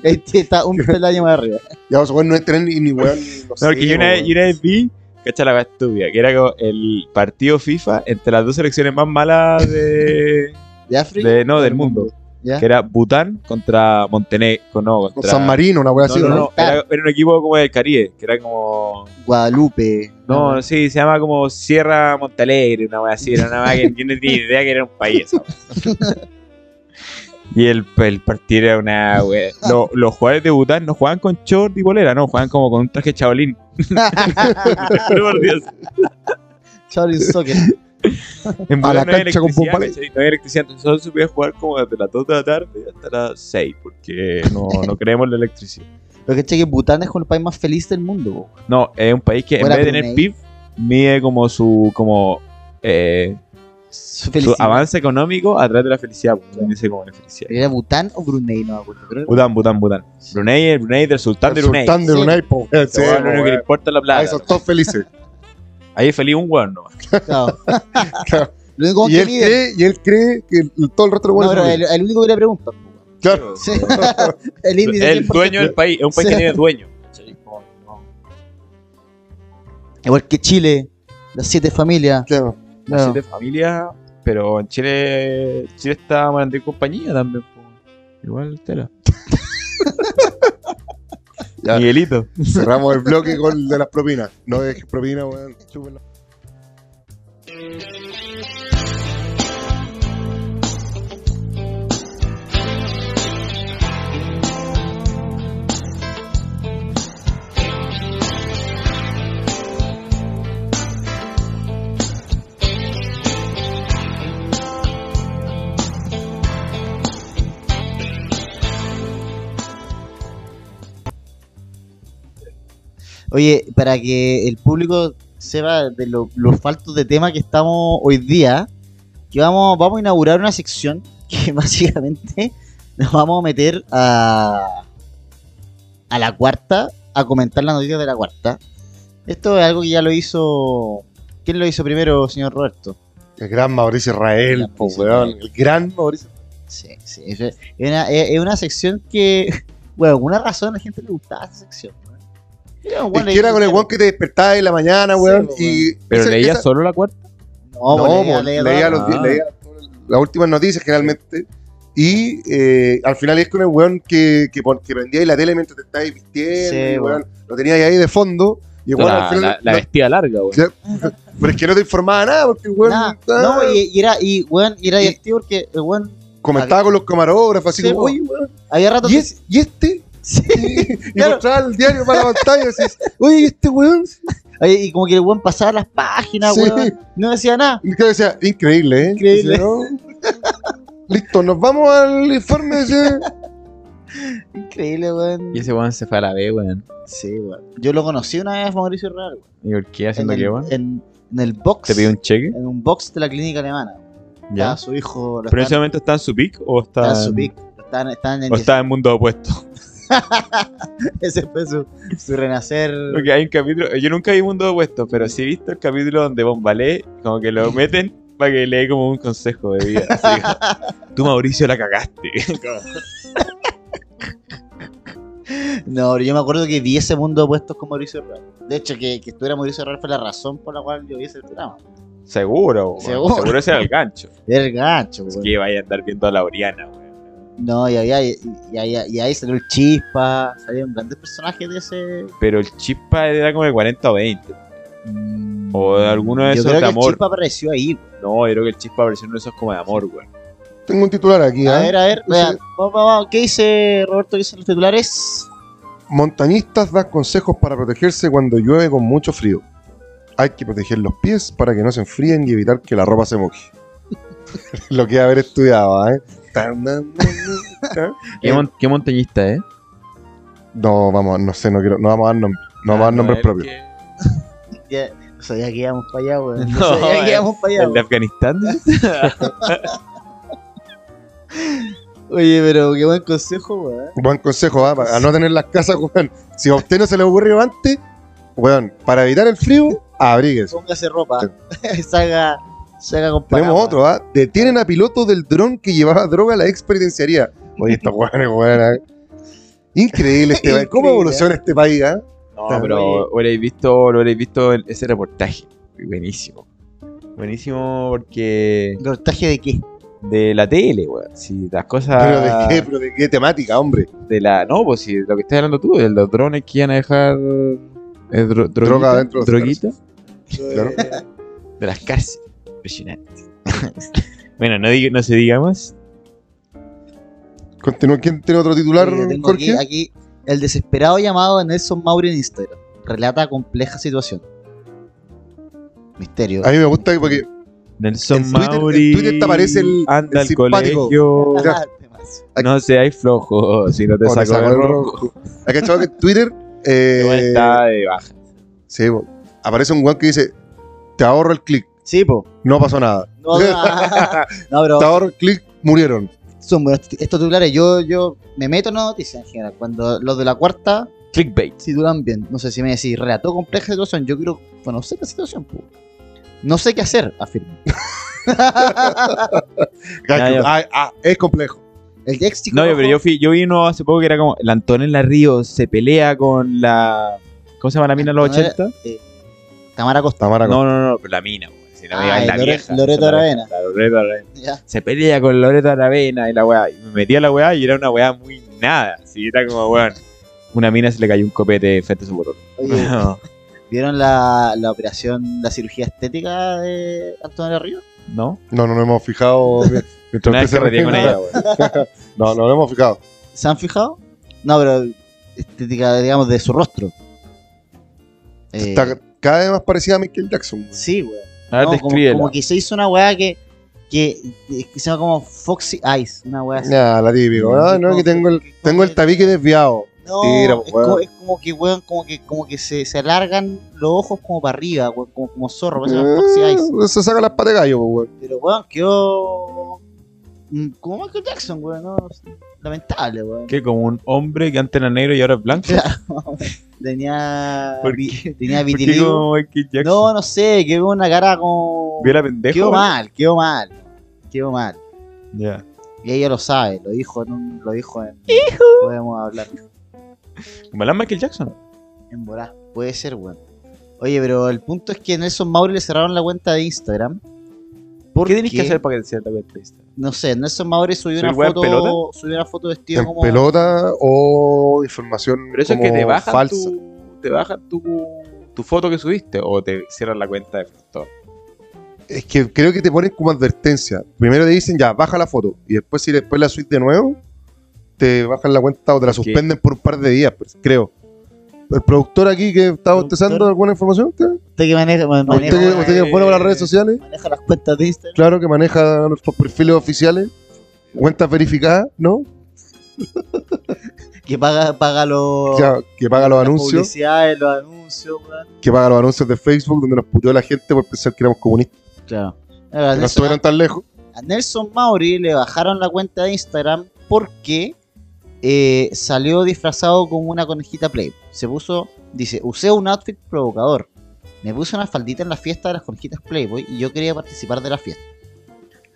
Speaker 1: Este está un peldaño más arriba.
Speaker 3: Ya, o sea, weón, no entran ni, ni weón. No,
Speaker 2: No,
Speaker 3: sé,
Speaker 2: porque yo una, vez-
Speaker 3: weón.
Speaker 2: yo una vez vi, cacha la wea estúpida, que era como el partido FIFA entre las dos selecciones más malas de.
Speaker 1: ¿De África?
Speaker 2: de- no, del mundo.
Speaker 1: ¿Ya?
Speaker 2: Que era Bután contra Montenegro. No,
Speaker 3: Con
Speaker 2: contra.
Speaker 3: San Marino, una weá
Speaker 2: No,
Speaker 3: así,
Speaker 2: no,
Speaker 3: ¿no?
Speaker 2: no, Era, era un equipo como del Caribe, que era como.
Speaker 1: Guadalupe.
Speaker 2: No, sí, se llama como Sierra Montalegre, una wea así, era una wea que yo no tenía idea que era un país. esa wea. Y el, el partido era una wea. lo- los jugadores de Bután no jugaban con short y bolera, no, jugaban como con un traje chabolín. Por Dios.
Speaker 1: Shaolin Soccer.
Speaker 2: En
Speaker 3: A la
Speaker 2: Bután no había
Speaker 3: cancha con
Speaker 2: electricidad,
Speaker 3: Pompalé.
Speaker 2: ¿cachai? no había electricidad, entonces solo se podía jugar como desde las 2 de la tarde hasta las 6, porque no, no creemos la electricidad.
Speaker 1: Lo que che que Bután es como el país más feliz del mundo, po.
Speaker 2: No, es un país que en
Speaker 1: Fuera
Speaker 2: vez de tener
Speaker 1: Brunei.
Speaker 2: PIB, mide como su. como. eh,
Speaker 1: Su
Speaker 2: su
Speaker 1: felicidad.
Speaker 2: avance económico a través de la felicidad. pues, también dice como la felicidad.
Speaker 1: ¿Era Bután o Brunei? No me acuerdo. Creo que-
Speaker 2: Bután, Bután, Bután. Brunei, el Brunei del sultán de
Speaker 3: El
Speaker 2: Brunei.
Speaker 3: Sultán de
Speaker 1: Sí.
Speaker 3: Brunei, po, weón. Sí,
Speaker 2: Ese weón,
Speaker 3: po,
Speaker 2: lo único que le
Speaker 3: weón.
Speaker 2: importa es la
Speaker 3: A
Speaker 2: plata.
Speaker 3: esos todos felices.
Speaker 2: Ahí es feliz un weón nomás.
Speaker 1: Claro.
Speaker 3: Claro.
Speaker 1: Lo único
Speaker 3: Y
Speaker 1: que
Speaker 3: él,
Speaker 1: miden-
Speaker 3: cree, y él cree que el- todo el resto de
Speaker 1: No,
Speaker 3: weones
Speaker 1: pero
Speaker 3: son
Speaker 1: el, el único que le preguntan. po.
Speaker 3: Claro.
Speaker 1: Sí. el índice
Speaker 2: el
Speaker 1: 100%.
Speaker 2: dueño del país. Es un país
Speaker 1: Sí.
Speaker 2: que tiene dueño. ¿cachai? Como, no.
Speaker 1: Igual que Chile, las siete familias.
Speaker 3: Claro.
Speaker 2: Las
Speaker 1: No.
Speaker 2: siete familias, pero en Chile, Chile está Marandí compañía también. pues. Igual tela.
Speaker 3: Ya.
Speaker 2: Miguelito.
Speaker 3: Cerramos el bloque con el de las propinas. No dejes propinas, weón. Chúpenla.
Speaker 1: Oye, para que el público sepa de lo- los faltos de tema que estamos hoy día, que vamos, vamos a inaugurar una sección que básicamente nos vamos a meter a, a la cuarta, a comentar las noticias de la cuarta. Esto es algo que ya lo hizo... ¿Quién lo hizo primero, señor Roberto?
Speaker 3: El gran Mauricio Israel,
Speaker 1: Gran
Speaker 3: po,
Speaker 1: Mauricio
Speaker 3: weón.
Speaker 1: Israel.
Speaker 3: El gran Mauricio.
Speaker 1: Sí, sí. Es es una, es es una sección que, bueno, por alguna razón a la gente le gustaba esa sección. ¿no? Era un
Speaker 3: Es
Speaker 1: buen
Speaker 3: que era con el
Speaker 1: leído,
Speaker 3: weón que te despertaba en la mañana,
Speaker 1: Sí,
Speaker 3: weón.
Speaker 1: po,
Speaker 3: y
Speaker 2: Pero
Speaker 3: esa-
Speaker 2: leía
Speaker 3: esa-
Speaker 2: solo la cuarta.
Speaker 1: No, pues,
Speaker 3: no,
Speaker 1: leía,
Speaker 3: po,
Speaker 1: leía
Speaker 3: leía
Speaker 1: todo.
Speaker 3: los di-
Speaker 2: Ah.
Speaker 3: leía las últimas noticias generalmente. Y eh, al final es con el weón que, que, pon- que prendía ahí la tele mientras te estabas vistiendo.
Speaker 1: Sí,
Speaker 3: y, weón, Lo tenía ahí de fondo. Y el weón
Speaker 2: La,
Speaker 3: al final.
Speaker 2: la- la
Speaker 3: no-
Speaker 2: vestida larga, güey.
Speaker 3: pero es que no te informaba nada, porque el weón
Speaker 1: Nada,
Speaker 3: ah,
Speaker 1: No, y, y era, y, weón, y era
Speaker 3: Y-
Speaker 1: divertido porque el weón
Speaker 3: comentaba con los camarógrafos, así
Speaker 1: Sí,
Speaker 3: como,
Speaker 1: po.
Speaker 3: oye, weón.
Speaker 1: había rato
Speaker 3: ¿Y, es- y este? y
Speaker 1: claro.
Speaker 3: mostraba el diario para la pantalla. Así, oye, ¿y este weón.
Speaker 1: y, y como que el weón pasaba las páginas,
Speaker 3: Sí.
Speaker 1: weón, no decía nada.
Speaker 3: Y claro, decía, increíble, ¿eh?
Speaker 1: Increíble.
Speaker 3: Decía, "No". Listo, nos vamos al informe. ese.
Speaker 1: Increíble, weón.
Speaker 2: Y ese weón se fue a la B, weón.
Speaker 1: Sí, weón. Yo lo conocí una vez, Mauricio Real, weón.
Speaker 2: ¿Y por qué
Speaker 1: En
Speaker 2: haciendo
Speaker 1: el,
Speaker 2: qué, weón?
Speaker 1: en- en el box.
Speaker 2: ¿Te pidió un cheque?
Speaker 1: En un box de la clínica alemana. Ya.
Speaker 2: Ya.
Speaker 1: su hijo. lo
Speaker 2: ¿Pero en ese
Speaker 1: estaban-
Speaker 2: momento está en su pick o está,
Speaker 1: estaba en su pic. Estaban, estaban en
Speaker 2: O está en mundo opuesto.
Speaker 1: Ese fue su, su renacer.
Speaker 2: Porque hay un capítulo. Yo nunca vi mundo opuesto, pero sí he visto el capítulo donde Bombalé, como que lo meten para que le dé como un consejo de vida. así como, Tú, Mauricio, la cagaste.
Speaker 1: No, pero yo me acuerdo que vi ese mundo de puestos con Mauricio Herrera. De hecho, que, que estuviera Mauricio Herrera fue la razón por la cual yo vi ese programa.
Speaker 2: Seguro, weón.
Speaker 1: Seguro.
Speaker 2: Seguro. ese era el gancho.
Speaker 1: Era el gancho,
Speaker 2: Así
Speaker 1: weón.
Speaker 2: que vaya a andar viendo a la Oriana, weón.
Speaker 1: No, y, había, y, y ahí- y ahí salió el Chispa, salieron grandes personajes de ese...
Speaker 2: Pero el chispa era como de 40 o 20. O de alguno de
Speaker 1: mm, Yo
Speaker 2: esos
Speaker 1: creo
Speaker 2: de
Speaker 1: que el
Speaker 2: amor.
Speaker 1: Chispa apareció ahí, weón.
Speaker 2: No, yo creo que el chispa versión de esos como de amor, weón.
Speaker 3: Tengo un titular aquí,
Speaker 1: A
Speaker 3: ¿ah?
Speaker 1: ver, a ver,
Speaker 3: Sí.
Speaker 1: vean. Vamos, vamos, vamos. ¿Qué dice Roberto? ¿Qué dicen los titulares?
Speaker 3: Montañistas dan consejos para protegerse cuando llueve con mucho frío. Hay que proteger los pies para que no se enfríen y evitar que la ropa se moje. Lo que haber estudiado, ¿eh?
Speaker 2: ¿Qué, mon- qué montañista, eh?
Speaker 3: No, vamos, no sé, no quiero, no vamos a dar nombres, no vamos a dar nombres propios.
Speaker 1: Ya, no sabía que íbamos para allá, weón. No,
Speaker 2: No,
Speaker 1: sabía que
Speaker 2: eh,
Speaker 1: íbamos para allá.
Speaker 2: ¿El de Afganistán?
Speaker 1: weón. Oye, pero qué buen consejo, ¿eh? weón.
Speaker 3: Buen consejo, ¿ah? Para- a no tener las casas, weón. Si a usted no se le ocurrió antes, weón, para evitar el frío, abríguese.
Speaker 1: Póngase ropa. salga, salga con
Speaker 3: Tenemos
Speaker 1: paraguas.
Speaker 3: otro, ¿ah? Detienen a piloto del dron que llevaba droga a la expenitenciaría. Oye, estos weones, weón. ¿eh? Increíble este país. ¿Cómo
Speaker 1: Increíble,
Speaker 3: evoluciona este país, ah?
Speaker 2: No,
Speaker 3: Está
Speaker 2: pero habréis visto, lo habréis visto en ese reportaje. Buenísimo. Buenísimo porque
Speaker 1: ¿Reportaje de qué?
Speaker 2: de la tele, weón. Si las
Speaker 3: ¿Pero de
Speaker 2: cosas
Speaker 3: qué? ¿Pero de qué temática, hombre?
Speaker 2: de la no, pues si lo que estás hablando tú, de los drones que iban a dejar eh, dro- droguita,
Speaker 3: Droga dentro de las
Speaker 2: droguita,
Speaker 3: Claro.
Speaker 2: de las cárceles. Impresionante. bueno, no, diga- no se diga más.
Speaker 3: Continúa. ¿Quién tiene otro titular,
Speaker 1: Oye, Eh, tengo
Speaker 3: Jorge?
Speaker 1: aquí, aquí el desesperado llamado de Nelson Mauri en Instagram. Relata compleja situación. Misterio.
Speaker 3: A mí me gusta porque
Speaker 2: Nelson
Speaker 3: En Twitter- en
Speaker 2: Mauri.
Speaker 3: Twitter te aparece el-
Speaker 2: anda
Speaker 3: el
Speaker 2: al
Speaker 3: simpático.
Speaker 2: colegio.
Speaker 3: ya.
Speaker 1: Temazo.
Speaker 2: No seáis flojo, si no te
Speaker 3: O oh, te
Speaker 2: saco
Speaker 3: saco
Speaker 2: de
Speaker 3: el
Speaker 2: rojo.
Speaker 3: ¿Has cachado que en Twitter
Speaker 2: Igual
Speaker 3: eh,
Speaker 2: Está de baja.
Speaker 3: sí, bo- aparece un weón que dice: Te ahorro el clic,
Speaker 1: Sí, po.
Speaker 3: no pasó nada.
Speaker 1: No, no, no, pero
Speaker 3: Te ahorro el clic, murieron.
Speaker 1: son buenos tit- estos titulares. Yo, yo me meto en las noticias en general. Cuando los de la cuarta
Speaker 2: Clickbait.
Speaker 1: titulan bien. No sé si me decís, relató compleja situación. Yo quiero conocer la situación, po. No sé qué hacer, afirmo.
Speaker 2: ya.
Speaker 3: Ah, ah, es complejo.
Speaker 1: El ex chico
Speaker 2: No,
Speaker 1: rojo-
Speaker 2: pero yo, fui, yo vi uno hace poco que era como el Antonella Ríos se pelea con la. ¿Cómo se llama la mina de los
Speaker 1: Antonella-
Speaker 2: 80?
Speaker 1: Tamara Costa.
Speaker 3: Tamara,
Speaker 2: No, no, no, pero la mina, güey. Si la,
Speaker 1: Ah,
Speaker 2: mina es la
Speaker 1: Lore-
Speaker 2: vieja.
Speaker 1: Loreto
Speaker 2: La-
Speaker 1: Aravena.
Speaker 2: la Loreto Aravena.
Speaker 1: Ya.
Speaker 2: Se pelea con Loreto Aravena y la weá. Y me metí a la weá y era una weá muy nada. Así era como, weón. Una mina se le cayó un copete frente a su botón.
Speaker 1: Oye, ¿vieron la, la operación, la cirugía estética de Antonio Río?
Speaker 2: ¿No?
Speaker 3: no, no nos hemos fijado. mientras
Speaker 2: Una
Speaker 3: usted
Speaker 2: vez
Speaker 3: se
Speaker 2: se reteé
Speaker 3: refiere.
Speaker 2: con ella, weón.
Speaker 3: No, no lo hemos fijado.
Speaker 1: ¿Se han fijado? No, pero estética, digamos, de su rostro. Eh,
Speaker 3: Está cada vez más parecida a Michael Jackson.
Speaker 1: Sí, güey.
Speaker 2: A ver,
Speaker 1: No, como,
Speaker 2: descríbela.
Speaker 1: como que se hizo una weá que, que, que se llama como Foxy Eyes, una weá así.
Speaker 3: Ya, la típica. Ah, no, que tengo el, tengo el tabique desviado.
Speaker 1: No,
Speaker 3: Tira,
Speaker 1: es,
Speaker 3: weón.
Speaker 1: como, es como que, weón, como que, como que se, se alargan los ojos como para arriba, weón, como, como zorro, parece una Foxy Eyes.
Speaker 2: Ah.
Speaker 3: Eh, se saca las patas de gallo, pues, weón.
Speaker 1: Pero, weón, quedó mm, como Michael Jackson, weón, no, lamentable, weón.
Speaker 2: Que como un hombre que antes era negro y ahora es blanco.
Speaker 1: Tenía,
Speaker 2: ¿Por
Speaker 1: vi-
Speaker 2: qué?
Speaker 1: tenía
Speaker 2: ¿Por qué
Speaker 1: vitiligo.
Speaker 2: como Michael Jackson?
Speaker 1: No, no sé, quedó una cara como...
Speaker 2: ¿Vio la pendeja?
Speaker 1: Quedó
Speaker 2: weón?
Speaker 1: mal, quedó mal, quedó mal.
Speaker 2: Ya.
Speaker 1: Y ella lo sabe, lo dijo en un, lo dijo en... Podemos hablar.
Speaker 2: Como la Michael Jackson.
Speaker 1: En volá, puede ser, weón. Oye, pero el punto es que a Nelson Mauri le cerraron la cuenta de Instagram.
Speaker 2: ¿Qué tenés que
Speaker 1: porque,
Speaker 2: hacer para que sea la entrevista?
Speaker 1: No sé, Nelson Mauri subió
Speaker 2: ¿Soy
Speaker 1: una
Speaker 2: weón
Speaker 1: foto.
Speaker 2: pelota?
Speaker 1: Subió una foto vestido
Speaker 3: En
Speaker 1: como.
Speaker 3: pelota o información
Speaker 2: Pero eso es
Speaker 3: como
Speaker 2: que te bajan
Speaker 3: falsa.
Speaker 2: tu. Te bajan tu. Tu foto que subiste o te cierran la cuenta de factor.
Speaker 3: Es que creo que te ponen como advertencia. Primero te dicen ya, baja la foto. Y después, si después la subís de nuevo, te bajan la cuenta o te la
Speaker 2: ¿Qué?
Speaker 3: suspenden por un par de días, pues, creo. El productor aquí que está
Speaker 1: ¿Productor?
Speaker 3: bostezando alguna información, ¿usted?
Speaker 1: Usted que maneja, ma-
Speaker 3: ¿Usted,
Speaker 1: maneja,
Speaker 3: que-
Speaker 2: bueno,
Speaker 3: usted que es bueno para las
Speaker 2: eh,
Speaker 3: redes sociales?
Speaker 1: maneja las cuentas de Instagram.
Speaker 3: Claro, que maneja nuestros perfiles oficiales, cuentas verificadas, ¿no?
Speaker 1: Que paga, paga los.
Speaker 3: Ya, que paga los
Speaker 1: las
Speaker 3: anuncios,
Speaker 1: publicidades, los anuncios, weón.
Speaker 3: que paga los anuncios de Facebook, donde nos puteó la gente por pensar que éramos comunistas.
Speaker 1: Claro. Ahora,
Speaker 3: Que no
Speaker 1: Nelson,
Speaker 3: estuvieron tan lejos.
Speaker 1: a Nelson Mauri le bajaron la cuenta de Instagram porque eh, salió disfrazado como una conejita Play. Se puso, dice, usé un outfit provocador. Me puse una faldita en la fiesta de las conejitas Playboy y yo quería participar de la fiesta.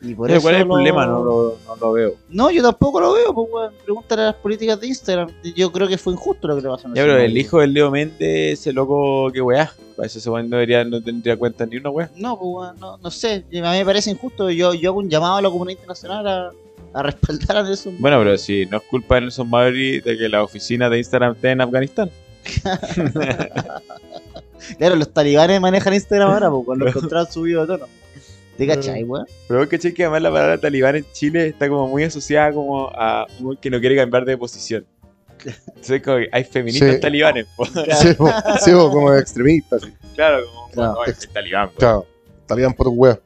Speaker 1: Y por
Speaker 2: Pero
Speaker 1: eso
Speaker 2: ¿Cuál es el
Speaker 1: lo-
Speaker 2: problema? No lo, no lo veo.
Speaker 1: No, yo tampoco lo veo, pues, weón. Pregúntale a las políticas de Instagram. Yo creo que fue injusto lo que le pasó a
Speaker 2: Ya, pero el hijo del Leo Méndez, ese loco, que weá. Para eso ese weón no, debería, no tendría cuenta ni una weá.
Speaker 1: No, pues, weón, no, no sé. A mí me parece injusto. Yo, yo hago un llamado a la comunidad internacional a, a respaldar a Nelson.
Speaker 2: Bueno, pero si no es culpa de Nelson Maverick de que la oficina de Instagram esté en Afganistán.
Speaker 1: Claro, los talibanes manejan Instagram ahora, pues, cuando los contratos subidos de tono. ¿Te cachai, weón?
Speaker 2: Pero que caché que además la palabra talibán en Chile está como muy asociada como a un que no quiere cambiar de posición. Entonces como que hay feministas
Speaker 3: Sí.
Speaker 2: talibanes. po.
Speaker 3: Sí, po, sí, po, como extremista. sí.
Speaker 2: Claro, como
Speaker 1: Claro.
Speaker 2: no, es el talibán. po.
Speaker 3: Chao. Talían por tu wea.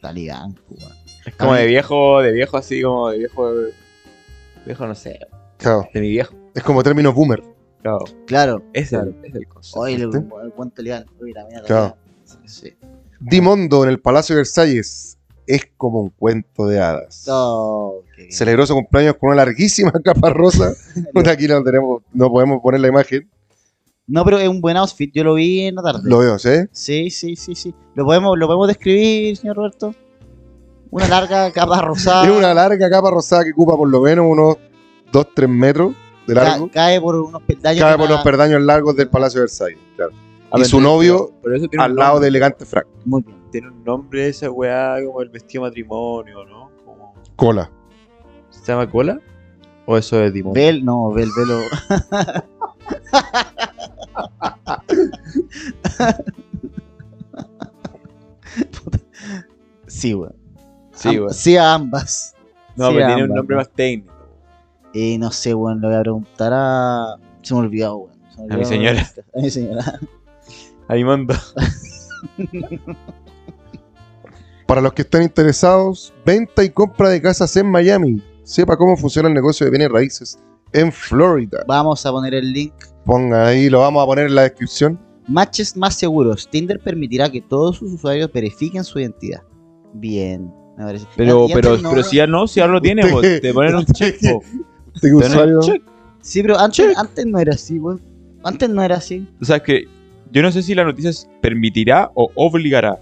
Speaker 1: Talibán, pues, weón.
Speaker 2: Es como
Speaker 1: A mí-
Speaker 2: de viejo, de viejo así como de viejo, viejo no sé,
Speaker 3: Chao.
Speaker 2: de mi viejo.
Speaker 3: Es como término boomer.
Speaker 2: Claro,
Speaker 1: Claro.
Speaker 2: es el, es el cosa.
Speaker 1: Oye, el,
Speaker 3: ¿sí?
Speaker 1: el buen talibán. Uy, la mierda.
Speaker 3: Claro.
Speaker 1: Sí.
Speaker 3: Dimondo en el Palacio de Versalles es como un cuento de hadas.
Speaker 1: No, qué bien.
Speaker 3: Celebró su cumpleaños con una larguísima capa rosa. Puta, Aquí no tenemos, no podemos poner la imagen.
Speaker 1: No, pero es un buen outfit. Yo lo vi en la tarde.
Speaker 3: Lo veo, ¿sí?
Speaker 1: Sí, sí, sí, sí. ¿Lo podemos, lo podemos describir, señor Roberto? Una larga capa rosada.
Speaker 3: Es una larga capa rosada que ocupa por lo menos unos 2-3 metros de
Speaker 1: ca-
Speaker 3: largo.
Speaker 1: cae por unos peldaños.
Speaker 3: Cabe
Speaker 1: de
Speaker 3: por
Speaker 1: una-
Speaker 3: los perdaños largos del Palacio de Versalles. claro.
Speaker 2: Ah,
Speaker 3: Y su
Speaker 2: pero-
Speaker 3: novio
Speaker 2: pero eso tiene un
Speaker 3: Al lado
Speaker 2: nombre.
Speaker 3: de elegante frac.
Speaker 1: Muy bien.
Speaker 2: Tiene un nombre esa weá como el vestido de matrimonio, ¿no? Como-
Speaker 3: Cola.
Speaker 2: ¿Se llama cola? ¿O eso es Dimon?
Speaker 1: Vel, no, Vel, Velo. Puta. sí, weón.
Speaker 2: Sí,
Speaker 1: Am-
Speaker 2: weón.
Speaker 1: Sí, a ambas.
Speaker 2: No,
Speaker 1: Sí,
Speaker 2: pero
Speaker 1: a
Speaker 2: tiene un
Speaker 1: ambas,
Speaker 2: nombre
Speaker 1: weón.
Speaker 2: más técnico.
Speaker 1: Eh, no sé, weón, le voy a preguntar a. Se me olvidó, weón. Se me
Speaker 2: A mi
Speaker 1: olvidó.
Speaker 2: señora.
Speaker 1: A mi señora.
Speaker 2: A Dimondo.
Speaker 3: Para los que están interesados, venta y compra de casas en Miami. Sepa cómo funciona el negocio de bienes raíces en Florida.
Speaker 1: Vamos a poner el link
Speaker 3: Pongan ahí, lo vamos a poner en la descripción.
Speaker 1: Matches más seguros. Tinder permitirá que todos sus usuarios verifiquen su identidad. Bien, me parece.
Speaker 2: Pero,
Speaker 1: Ah, y
Speaker 2: pero,
Speaker 1: antes no,
Speaker 2: pero
Speaker 1: weón.
Speaker 2: si ya no, si ya lo tiene,
Speaker 3: Usted-
Speaker 2: po. te ponen un check, po.
Speaker 3: Este
Speaker 2: Te ponen
Speaker 3: usuario,
Speaker 2: un check.
Speaker 1: Sí, pero antes, antes no era así, weón. Antes no era así.
Speaker 2: O sea, es que yo no sé si la noticia es permitirá o obligará.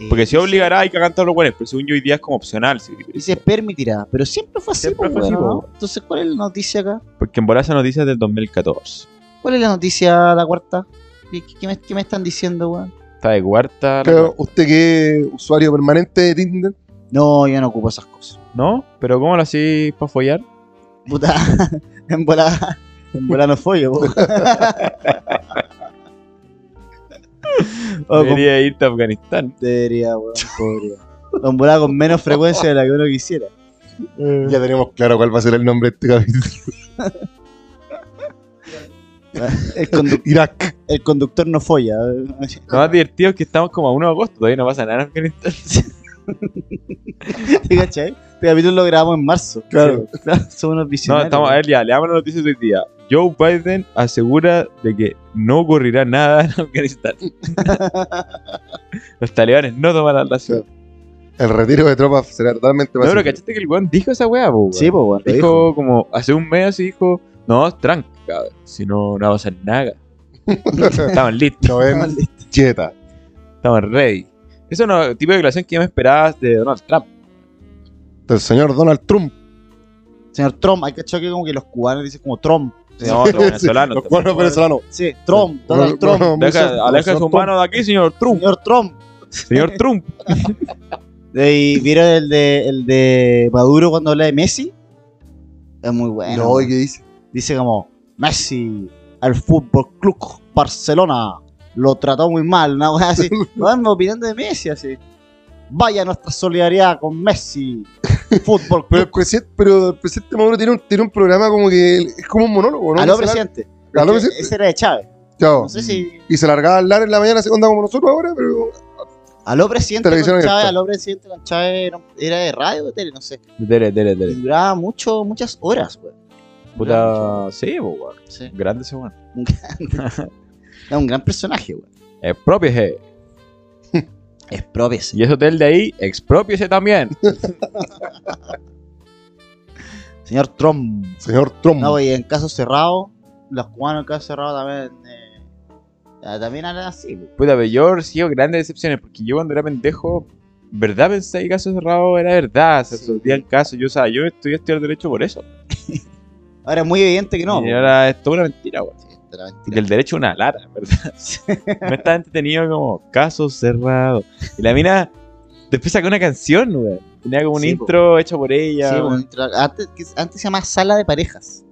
Speaker 1: Eh,
Speaker 2: Porque si obligará hay que cagar todos los buenos, pero según yo hoy día es como opcional. si-
Speaker 1: Dice permitirá, pero siempre fue así,
Speaker 2: Siempre
Speaker 1: pues,
Speaker 2: fue así,
Speaker 1: weón, ¿no?
Speaker 2: po.
Speaker 1: Entonces, ¿cuál es la noticia acá?
Speaker 2: Porque en bola esa noticia es del 2014.
Speaker 1: ¿Cuál es la noticia, la cuarta? ¿Qué, qué- qué me, qué me están diciendo, weón?
Speaker 2: Está de cuarta. la
Speaker 3: claro,
Speaker 2: cuarta.
Speaker 3: usted que es usuario permanente de Tinder,
Speaker 1: No, yo no ocupo esas cosas.
Speaker 2: ¿No? ¿Pero cómo lo hacís para follar?
Speaker 1: Puta, en bola, en bola no follo, po. O con
Speaker 2: Debería irte a Afganistán.
Speaker 1: Debería, weón, podría. Con volada con menos frecuencia de la que uno quisiera.
Speaker 2: Eh.
Speaker 3: ya tenemos claro cuál va a ser el nombre de este capítulo.
Speaker 1: El, condu-
Speaker 3: Irak.
Speaker 1: el conductor no folla.
Speaker 2: Lo
Speaker 1: Ah.
Speaker 2: más divertido es que estamos como a 1 de agosto, todavía no pasa nada en Afganistán.
Speaker 1: ¿Te cachai? Este capítulo lo grabamos en marzo.
Speaker 3: Claro.
Speaker 1: Sí, claro, somos unos
Speaker 2: No,
Speaker 1: visionarios.
Speaker 2: estamos, a ver, ya, leamos la noticia de hoy día. Joe Biden asegura de que no ocurrirá nada en Afganistán. Los talibanes no tomarán la ciudad.
Speaker 3: El retiro de tropas será totalmente
Speaker 2: No, pero
Speaker 3: pacífico.
Speaker 2: cachaste que el weón dijo esa weá, po, weón?
Speaker 1: Sí, pues, weón, lo
Speaker 2: dijo,
Speaker 1: dijo.
Speaker 2: como hace un mes así dijo, no, tranca, cabrón, si no, no va a pasar nada. Estaban listos,
Speaker 3: No es cheta.
Speaker 2: estaban ready. Eso no, el tipo de declaración que ya me esperabas de Donald Trump.
Speaker 3: Del señor Donald Trump.
Speaker 1: Señor Trump, hay cachado que como que los cubanos dicen como Trump.
Speaker 2: No, otro venezolano. este
Speaker 3: Los cuernos venezolanos.
Speaker 1: Sí, Trump, Donald Trump.
Speaker 2: Deja, aleja su mano de aquí, señor Trump.
Speaker 1: Señor Trump.
Speaker 2: Señor Trump.
Speaker 1: ¿Y vieron el de, el de Maduro cuando habla de Messi? Es muy bueno.
Speaker 3: No, ¿y qué dice?
Speaker 1: Dice como, Messi, al Fútbol Club Barcelona lo trató muy mal, una weá así. Vamos opinando de Messi así. Vaya nuestra solidaridad con Messi, Fútbol
Speaker 3: Pero
Speaker 1: Club.
Speaker 3: el presidente, pero el presidente Maduro tiene un, tiene un programa como que es como un monólogo, ¿no?
Speaker 1: Aló,
Speaker 3: Que se lar-
Speaker 1: presidente.
Speaker 3: Aló,
Speaker 1: Porque
Speaker 3: presidente. Mm.
Speaker 1: Ese era de Chávez.
Speaker 3: Chao.
Speaker 1: No sé si.
Speaker 3: Y se largaba a hablar en la mañana, se onda como nosotros ahora, pero
Speaker 1: Aló, presidente con
Speaker 3: Televisión
Speaker 1: Chávez,
Speaker 3: abierta.
Speaker 1: aló, presidente con Chávez era, era de radio o tele, no sé.
Speaker 2: Dele, dele,
Speaker 1: Y
Speaker 2: dele.
Speaker 1: duraba mucho, muchas horas, weón.
Speaker 2: Puta, sí, po, weón.
Speaker 1: Sí.
Speaker 2: Grande ese weón.
Speaker 1: Era un gran personaje, weón.
Speaker 2: Expropiese.
Speaker 1: Es propio ese.
Speaker 2: Y ese hotel de ahí, expropiese también.
Speaker 1: Señor Trump.
Speaker 3: señor Trump.
Speaker 1: No, y en caso cerrado, los cubanos en caso cerrado también. eh, ah, también hablan así, güey.
Speaker 2: Puta, pero yo recibo grandes decepciones porque yo cuando era pendejo verdad pensáis que caso cerrado era verdad, se resolvía el caso. Yo, o sea, yo estudié estudiar derecho por eso.
Speaker 1: Ahora es muy evidente que no.
Speaker 2: Y ahora es toda una mentira, weón.
Speaker 1: po. Sí, esto era
Speaker 2: Y
Speaker 1: mentira.
Speaker 2: del derecho una lata, ¿verdad? no está entretenido como caso cerrado. Y la mina después sacó una canción, weón. Tenía como un
Speaker 1: Sí, po.
Speaker 2: intro hecho por ella.
Speaker 1: Sí,
Speaker 2: weón.
Speaker 1: bueno, intro- antes, que- antes se llamaba sala de parejas.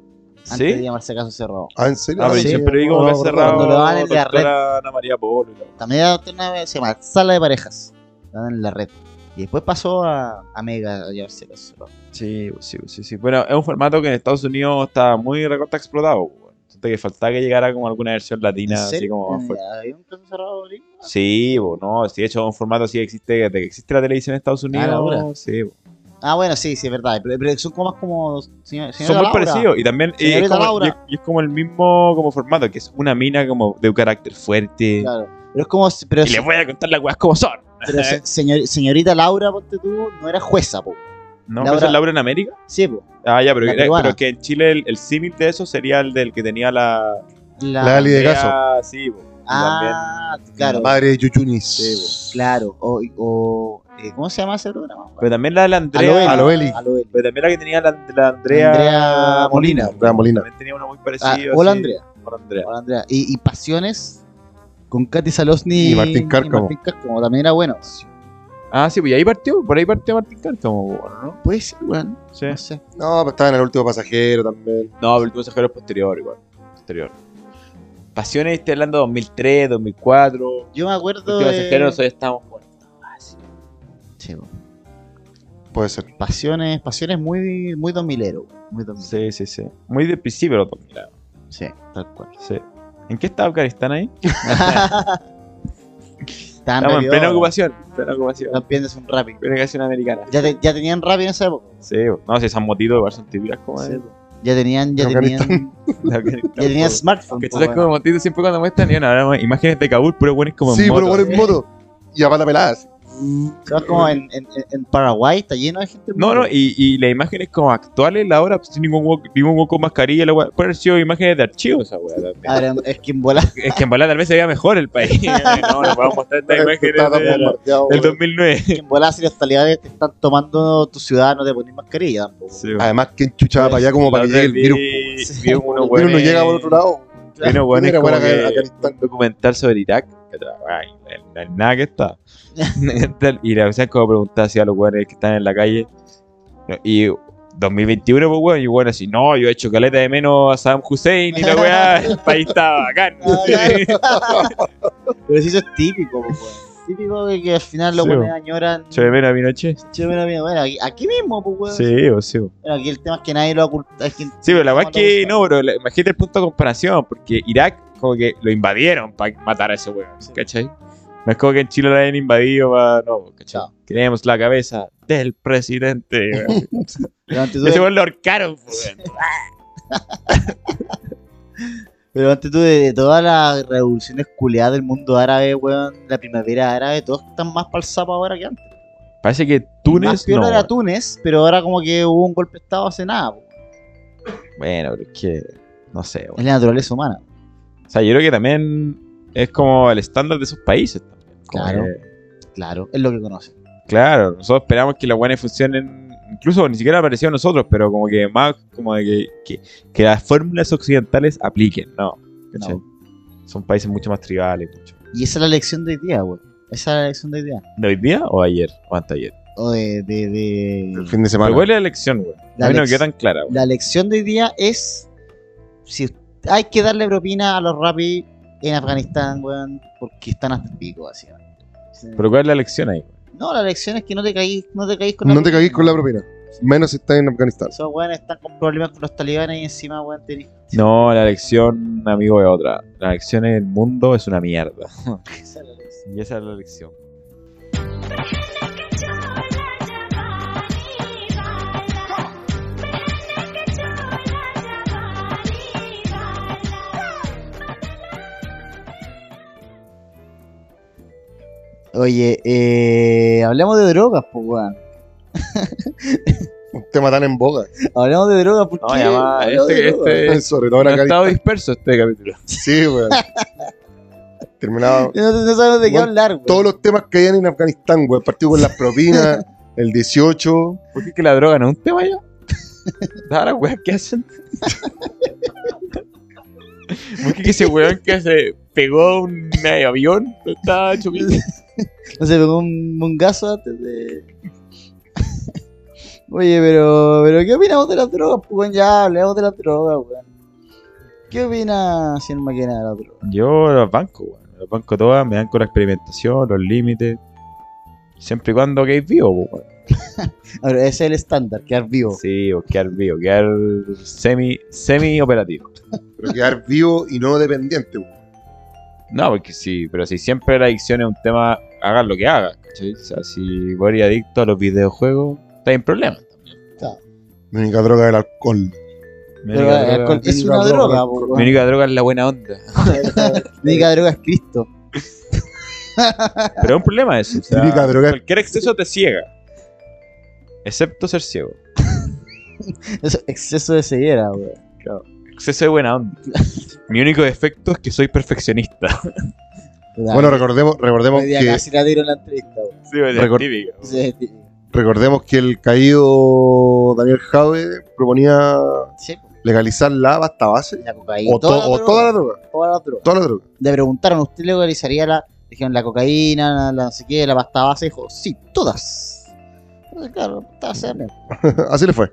Speaker 1: Antes
Speaker 2: ¿Sí?
Speaker 1: de llamarse caso cerrado.
Speaker 3: Ah, ¿en serio?
Speaker 2: Ah, pero
Speaker 1: Sí,
Speaker 2: yo siempre vi como
Speaker 3: no,
Speaker 2: que
Speaker 3: no,
Speaker 2: cerrado.
Speaker 1: cuando lo dan en la
Speaker 2: doctora Ana María Polo. y la weá.
Speaker 1: También era otra vez, se llama sala de parejas. Estaban en la red. Y después pasó a, a Mega a llamarse caso cerrado.
Speaker 2: Sí, pues, sí, sí, sí. Bueno, es un formato que en Estados Unidos está muy recorta explotado. pues, weón. Entonces que faltaba que llegara como alguna versión latina,
Speaker 1: ¿En
Speaker 2: así
Speaker 1: serio?
Speaker 2: como más
Speaker 1: Eh,
Speaker 2: fuerte.
Speaker 1: ¿Había un caso cerrado gringo?
Speaker 2: Ah, Sí, bo, no, sí, de hecho un formato así que existe, desde que existe Ah, la televisión en Estados Unidos.
Speaker 1: ahora.
Speaker 2: sí, bo.
Speaker 1: Ah, bueno, sí, sí, es verdad. Pero, pero son como más como. señor-
Speaker 2: son
Speaker 1: señora
Speaker 2: muy
Speaker 1: Laura.
Speaker 2: parecidos. Y también y es,
Speaker 1: Señorita
Speaker 2: como,
Speaker 1: Laura.
Speaker 2: y es- y es como el mismo como formato, que es una mina como de un carácter fuerte.
Speaker 1: Claro. Pero es como. Pero,
Speaker 2: Y les voy a contar las weas como son.
Speaker 1: pero se- señor- señorita Laura, ponte tú, no era jueza, po.
Speaker 2: ¿No?
Speaker 1: Laura-
Speaker 2: ¿Esa es Laura en América?
Speaker 1: Sí, po.
Speaker 2: Ah, ya, pero,
Speaker 1: La
Speaker 2: era-
Speaker 1: peruana.
Speaker 2: pero que en Chile el, el símil de eso sería el del que tenía la...
Speaker 1: La,
Speaker 3: La Ali de Gaso.
Speaker 2: Ah, sí, bo. Y
Speaker 1: Ah, claro. pues,
Speaker 3: Madre de Yuchunis.
Speaker 2: Sí,
Speaker 1: Claro. O. o, eh, ¿Cómo se llama ese programa?
Speaker 2: Pero también la de la
Speaker 3: Aloeli.
Speaker 2: Andrea.
Speaker 3: Aloeli.
Speaker 1: Aloeli.
Speaker 2: Pero también la que tenía la, la Andrea,
Speaker 1: Andrea Molina.
Speaker 3: Andrea Molina.
Speaker 2: También tenía una muy
Speaker 1: Ah,
Speaker 2: parecida.
Speaker 1: hola,
Speaker 2: así.
Speaker 1: Andrea.
Speaker 2: Hola Andrea.
Speaker 1: Hola, Andrea. Y, y Pasiones con Katy Salosni
Speaker 3: Y Martín Cárcamo.
Speaker 1: Martín Cárcamo, también era bueno.
Speaker 2: Ah, sí, pues y ahí partió, por ahí partió Martín Cárcamo, bueno, ¿no?
Speaker 1: Puede ser, bueno,
Speaker 2: Sí.
Speaker 1: no sé.
Speaker 3: No, pero estaba en el último pasajero también.
Speaker 2: No, pero el último pasajero es posterior, igual. Posterior. Pasiones, estoy hablando de 2003, 2004.
Speaker 1: Yo me
Speaker 2: El
Speaker 1: acuerdo
Speaker 2: último pasajero,
Speaker 1: de...
Speaker 2: nosotros estábamos muertos. Ah, sí.
Speaker 1: Sí, po.
Speaker 3: Puede ser.
Speaker 1: Pasiones, Pasiones muy, muy 2000 ero, muy 2000. Sí.
Speaker 2: Sí, sí, sí. Muy de principio los 2000, ah,
Speaker 1: tal cual.
Speaker 2: Sí. ¿En qué estado Afganistán ahí?
Speaker 1: Tan
Speaker 2: Estamos en
Speaker 1: rápido,
Speaker 2: plena ocupación. en Plena ocupación.
Speaker 1: No pierdes un rápido.
Speaker 2: Plena americana.
Speaker 1: Ya, te- ya tenían rápido en esa época.
Speaker 2: Sí, bo. no, si esas motitos igual son típicas como
Speaker 1: Sí,
Speaker 2: de-
Speaker 1: po. Ya tenían, ya
Speaker 3: En
Speaker 1: tenían,
Speaker 2: de Afganistán,
Speaker 1: ya tenían
Speaker 2: po.
Speaker 1: smartphone.
Speaker 2: Que
Speaker 1: po,
Speaker 2: sabes como
Speaker 1: weón.
Speaker 2: motito siempre cuando muestran y ahora vemos imágenes de Kabul, pero bueno es como
Speaker 3: sí,
Speaker 2: en
Speaker 3: pero
Speaker 2: moto.
Speaker 3: bueno, en moto. Y a pata pelada. sí.
Speaker 1: Son como en, en, en Paraguay, está lleno de gente. pues,
Speaker 2: No, no,
Speaker 1: y...
Speaker 2: y, y las imágenes como actuales, la hora, pues, sin ningún hueco, ningún hueco con mascarilla, la wea. Puede haber sido imágenes de archivos esa wea también.
Speaker 1: es que en volar.
Speaker 2: Es que en verdad tal vez se veía mejor el país. no, nos vamos a mostrar estas
Speaker 3: Estaba
Speaker 2: imágenes
Speaker 3: tan
Speaker 2: de-
Speaker 3: bombardeado,
Speaker 2: del
Speaker 3: bueno.
Speaker 2: 2009.
Speaker 1: que en volar si los talibanes te están tomando tu ciudad, no te pones mascarilla tampoco.
Speaker 2: Sí, wea.
Speaker 3: Además, ¿quién chuchaba para allá Ah, como para que
Speaker 2: La
Speaker 3: llegue el
Speaker 2: otra
Speaker 3: virus?
Speaker 2: vi-
Speaker 1: po, weón.
Speaker 3: El
Speaker 2: vi unos
Speaker 3: virus no
Speaker 2: hueones-
Speaker 3: llega por otro lado.
Speaker 2: vi unos hueones
Speaker 3: Mira,
Speaker 2: como
Speaker 3: bueno, acá-
Speaker 2: que-
Speaker 3: acá están.
Speaker 2: documental sobre Irak. que tra- ay, na- na- Nada que está. y la cosa es como preguntar si a los weones que están en la calle. No, Y 2021, pues weón, y bueno, así, no, yo he hecho caleta de menos a Saddam Hussein y la weá, el país está bacán.
Speaker 1: Ah, Pero sí, eso es típico, po, weón. Típico de que al final los
Speaker 2: Sí,
Speaker 1: buenos
Speaker 2: po.
Speaker 1: añoran.
Speaker 2: Echo de menos a mi noche.
Speaker 1: Che, bueno, mira, bueno, aquí, aquí mismo, pues, weón.
Speaker 2: Sí, o sí. o.
Speaker 1: Bueno, aquí el tema es que nadie lo oculta. Es que
Speaker 2: Sí, pero la weá es
Speaker 1: no
Speaker 2: que
Speaker 1: lo
Speaker 2: no, pero la- imagínate el punto de comparación, porque Irak como que lo invadieron para matar a ese weón, ¿cachai? No es como que en Chile lo hayan invadido para... No, ¿cachai?
Speaker 1: No.
Speaker 2: Queremos la cabeza del presidente, weón.
Speaker 1: Pero antes,
Speaker 2: Y Ese
Speaker 1: tú,
Speaker 2: weón lo ahorcaron, po, weón.
Speaker 1: pero antes tú, de todas las revoluciones culeadas del mundo árabe, weón, la primavera árabe, todos están más pa'l sapo ahora que antes.
Speaker 2: Parece que
Speaker 1: más
Speaker 2: Túnez
Speaker 1: peor
Speaker 2: no.
Speaker 1: era Túnez, pero ahora como que hubo un golpe de estado hace nada, po.
Speaker 2: Bueno, pero es que no sé,
Speaker 1: Es
Speaker 2: weón.
Speaker 1: la naturaleza humana.
Speaker 2: O sea, yo creo que también es como el estándar de esos países también. Como
Speaker 1: Claro.
Speaker 2: que-
Speaker 1: Claro, es lo que conoce.
Speaker 2: claro, nosotros esperamos que las buenas funcionen incluso ni siquiera apareció a nosotros, pero como que más como de que, que, que las fórmulas occidentales apliquen, no. ¿cachai? Son países mucho más tribales, mucho.
Speaker 1: Y esa es la lección de hoy día, weón. Esa es la lección de hoy día.
Speaker 2: ¿De hoy día o ayer? ¿O anteayer?
Speaker 1: O de. de, de-
Speaker 3: El fin de
Speaker 2: Pero
Speaker 3: semana.
Speaker 2: ¿Cuál es la elección, güey?
Speaker 1: La
Speaker 2: A mí no me
Speaker 1: lex-
Speaker 2: quedó tan clara, güey.
Speaker 1: La lección de hoy día es. Si hay que darle propina a los rapis en Afganistán, weón, porque están hasta el pico, así, weón. Sí.
Speaker 2: Pero ¿cuál es la elección ahí?
Speaker 1: No, la lección es que no te caís, no te caís con la
Speaker 3: No te
Speaker 1: propina,
Speaker 3: caguís con la
Speaker 1: weón.
Speaker 3: propina. Menos si estás en Afganistán.
Speaker 1: Esos weones están con problemas con los talibanes y encima, weón, tenés.
Speaker 2: No, la elección, amigo, es otra. La elección en el mundo es una mierda.
Speaker 1: Esa es la lección.
Speaker 2: Y esa es la elección.
Speaker 1: Oye, eh, hablemos de drogas, pues, weón.
Speaker 3: Un tema tan en boga.
Speaker 1: Hablemos de drogas, porque.
Speaker 2: No, ya va, este, este
Speaker 3: Sobre todo
Speaker 2: no
Speaker 3: en
Speaker 2: ha estado
Speaker 3: Afganistán.
Speaker 2: disperso este capítulo.
Speaker 3: Sí, weón. terminaba
Speaker 1: No, no sabemos de qué
Speaker 3: Bueno,
Speaker 1: hablar, güey.
Speaker 3: todos los temas que hayan en Afganistán, güey. Partido con las propinas, el 18.
Speaker 2: ¿Por qué es que la droga no es un tema ya? Da la weá que hacen. ¿Por qué que ese weón que se pegó un avión lo estaba chupando?
Speaker 1: No se pegó un mungazo antes de. Oye, pero, pero ¿qué opinamos de las drogas? Pues weón? ya hablemos de las drogas, weón. ¿Qué opina señor Maquena de las drogas?
Speaker 2: Yo los banco, weón. Los banco todas, me dan con la experimentación, los límites. Siempre y cuando quedes vivo, po, weón.
Speaker 1: Ahora, ese es el estándar, quedar vivo.
Speaker 2: Sí, o quedar vivo, quedar semi, semi operativo.
Speaker 3: Pero quedar vivo y no dependiente, güey.
Speaker 2: No, porque sí, pero si siempre la adicción es un tema, hagas lo que hagas, ¿cachai? O sea, si vos eres adicto a los videojuegos, estás en problemas.
Speaker 3: Mi única droga era el alcohol.
Speaker 2: Mi
Speaker 1: Pero el
Speaker 2: única droga-
Speaker 1: alcohol es
Speaker 3: única
Speaker 1: una
Speaker 3: droga,
Speaker 1: droga,
Speaker 3: el
Speaker 1: po,
Speaker 2: mi
Speaker 1: weón.
Speaker 2: única droga es la buena onda.
Speaker 1: La única droga es Cristo.
Speaker 2: Pero es un problema eso. o sea,
Speaker 3: Mi única droga es-
Speaker 2: cualquier exceso te ciega. Excepto ser ciego.
Speaker 1: Eso, exceso de ceguera, weón.
Speaker 2: Exceso de buena onda. Mi único defecto es que soy perfeccionista.
Speaker 3: Bueno, recordemos, recordemos
Speaker 1: Hoy día
Speaker 3: que
Speaker 1: casi la tiro en la entrevista, weón. eh,
Speaker 2: Sí, es
Speaker 3: Record-
Speaker 2: típico.
Speaker 1: Sí, sí,
Speaker 3: recordemos que el caído Daniel Jave proponía
Speaker 1: sí, po.
Speaker 3: legalizar la basta base
Speaker 1: la cocaína.
Speaker 3: o, to-
Speaker 1: todas las
Speaker 3: o
Speaker 1: drogas,
Speaker 3: toda la droga,
Speaker 1: todas las drogas.
Speaker 3: toda la droga.
Speaker 1: Le preguntaron, ¿usted legalizaría la, dijeron, la cocaína, la, la no sé qué, la pasta base? Dijo, sí, todas. Entonces, claro, la pasta base, no.
Speaker 3: Así le fue.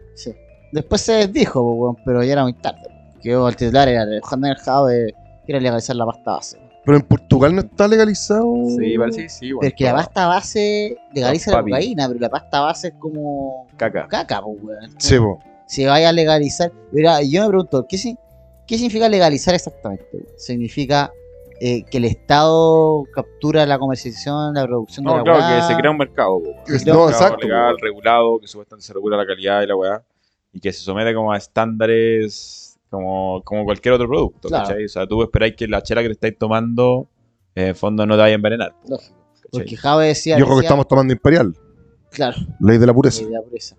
Speaker 1: Después se desdijo, po, weón, pero ya era muy tarde. po. Quedó el titular, era Alejandro Jave, quiere legalizar la pasta base.
Speaker 3: Pero en Portugal no está legalizado.
Speaker 2: Sí, parece que sí,
Speaker 1: Pero
Speaker 2: bueno.
Speaker 1: es que la pasta base legaliza
Speaker 2: Los
Speaker 1: la
Speaker 2: papi.
Speaker 1: cocaína, pero la pasta base es como
Speaker 2: Caca.
Speaker 1: caca, po, weón.
Speaker 3: Sí, po.
Speaker 1: se vaya a legalizar. Mira, yo me pregunto, ¿qué, si- qué significa legalizar exactamente? güey? ¿Significa eh, que el Estado captura la comercialización, la producción de
Speaker 2: No,
Speaker 1: la
Speaker 2: claro,
Speaker 1: weá?
Speaker 2: que se crea un mercado. po, weón.
Speaker 3: Es-
Speaker 2: Un
Speaker 3: no,
Speaker 2: mercado
Speaker 3: exacto,
Speaker 2: Legal,
Speaker 3: po.
Speaker 2: regulado, que supuestamente se regula la calidad y la weá. Y que se somete como a estándares como, como cualquier otro producto.
Speaker 1: Claro.
Speaker 2: ¿cachai? O sea, tú esperáis que la chela que te estáis tomando, eh, en fondo, no te vaya a envenenar. po,
Speaker 1: Lógico.
Speaker 2: ¿cachai?
Speaker 1: Porque Jave decía...
Speaker 3: Yo creo que
Speaker 1: decía-
Speaker 3: estamos tomando imperial.
Speaker 1: Claro,
Speaker 3: Ley de la pureza.
Speaker 1: la pureza.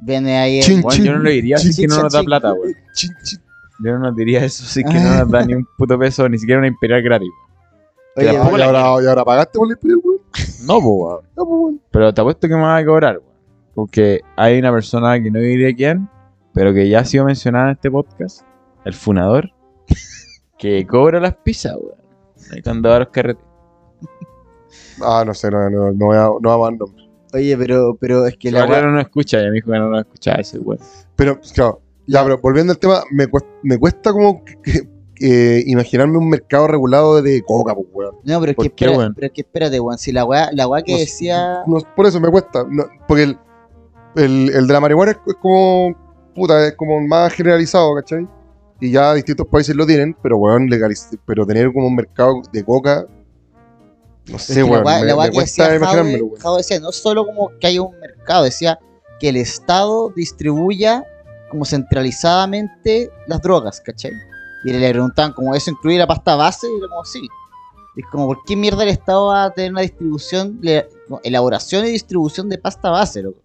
Speaker 1: Viene ahí el-
Speaker 3: Chin,
Speaker 2: Weón,
Speaker 3: chin,
Speaker 2: yo no lo diría
Speaker 3: chin,
Speaker 2: si que
Speaker 1: chin,
Speaker 2: no nos da
Speaker 1: chin.
Speaker 2: plata, weón.
Speaker 3: Chin, chin.
Speaker 2: Yo no nos diría eso si que no
Speaker 1: Ah.
Speaker 2: nos da ni un puto peso, ni siquiera una imperial gratis.
Speaker 3: Y
Speaker 1: Oye, vale,
Speaker 2: la
Speaker 3: ahora,
Speaker 2: pongo
Speaker 3: y ahora- y ahora pagaste por el imperial, güey.
Speaker 2: No, po, weón.
Speaker 3: No, pues, güey.
Speaker 2: Pero te apuesto que me vas a cobrar, weón. Porque hay una persona que no diré quién, pero que ya ha sido mencionada en este podcast, el funador, que cobra las pizzas, weón. Ahí Cuando va a los carretes.
Speaker 3: Ah, no sé, no, no, no voy a, no vamos a dar nombres.
Speaker 1: oye, pero, pero es que la
Speaker 2: Ahora
Speaker 1: weá...
Speaker 2: no nos escucha, ya me dijo que no nos escuchaba ese weón.
Speaker 3: Pero, claro, ya, pero volviendo al tema, me cuesta, me cuesta como que- que- eh, imaginarme un mercado regulado de coca, pues, güey.
Speaker 1: No, pero es que,
Speaker 2: ¿Por qué,
Speaker 1: espera-
Speaker 2: weón?
Speaker 1: pero es que espérate, weón. Si la weá, la weá que
Speaker 3: No sé.
Speaker 1: decía...
Speaker 3: No, por eso me cuesta. no, porque el, el, el de la marihuana es, es como. Puta, es como más generalizado, ¿cachai? Y ya distintos países lo tienen, pero weón, legaliz- pero tener como un mercado de coca. No
Speaker 1: Pero es
Speaker 3: sé,
Speaker 1: que
Speaker 3: weón.
Speaker 1: la weá,
Speaker 3: Me,
Speaker 1: la weá
Speaker 3: me
Speaker 1: que
Speaker 3: cuesta
Speaker 1: decía
Speaker 3: imaginármelo,
Speaker 1: Jave,
Speaker 3: weón.
Speaker 1: Jave decía, no solo como que haya un mercado, decía que el Estado distribuya como centralizadamente las drogas, ¿cachai? Y le preguntaban, como eso incluye la pasta base, y era como sí. Y es como, ¿por qué mierda el Estado va a tener una distribución, le- no, elaboración y distribución de pasta base, loco?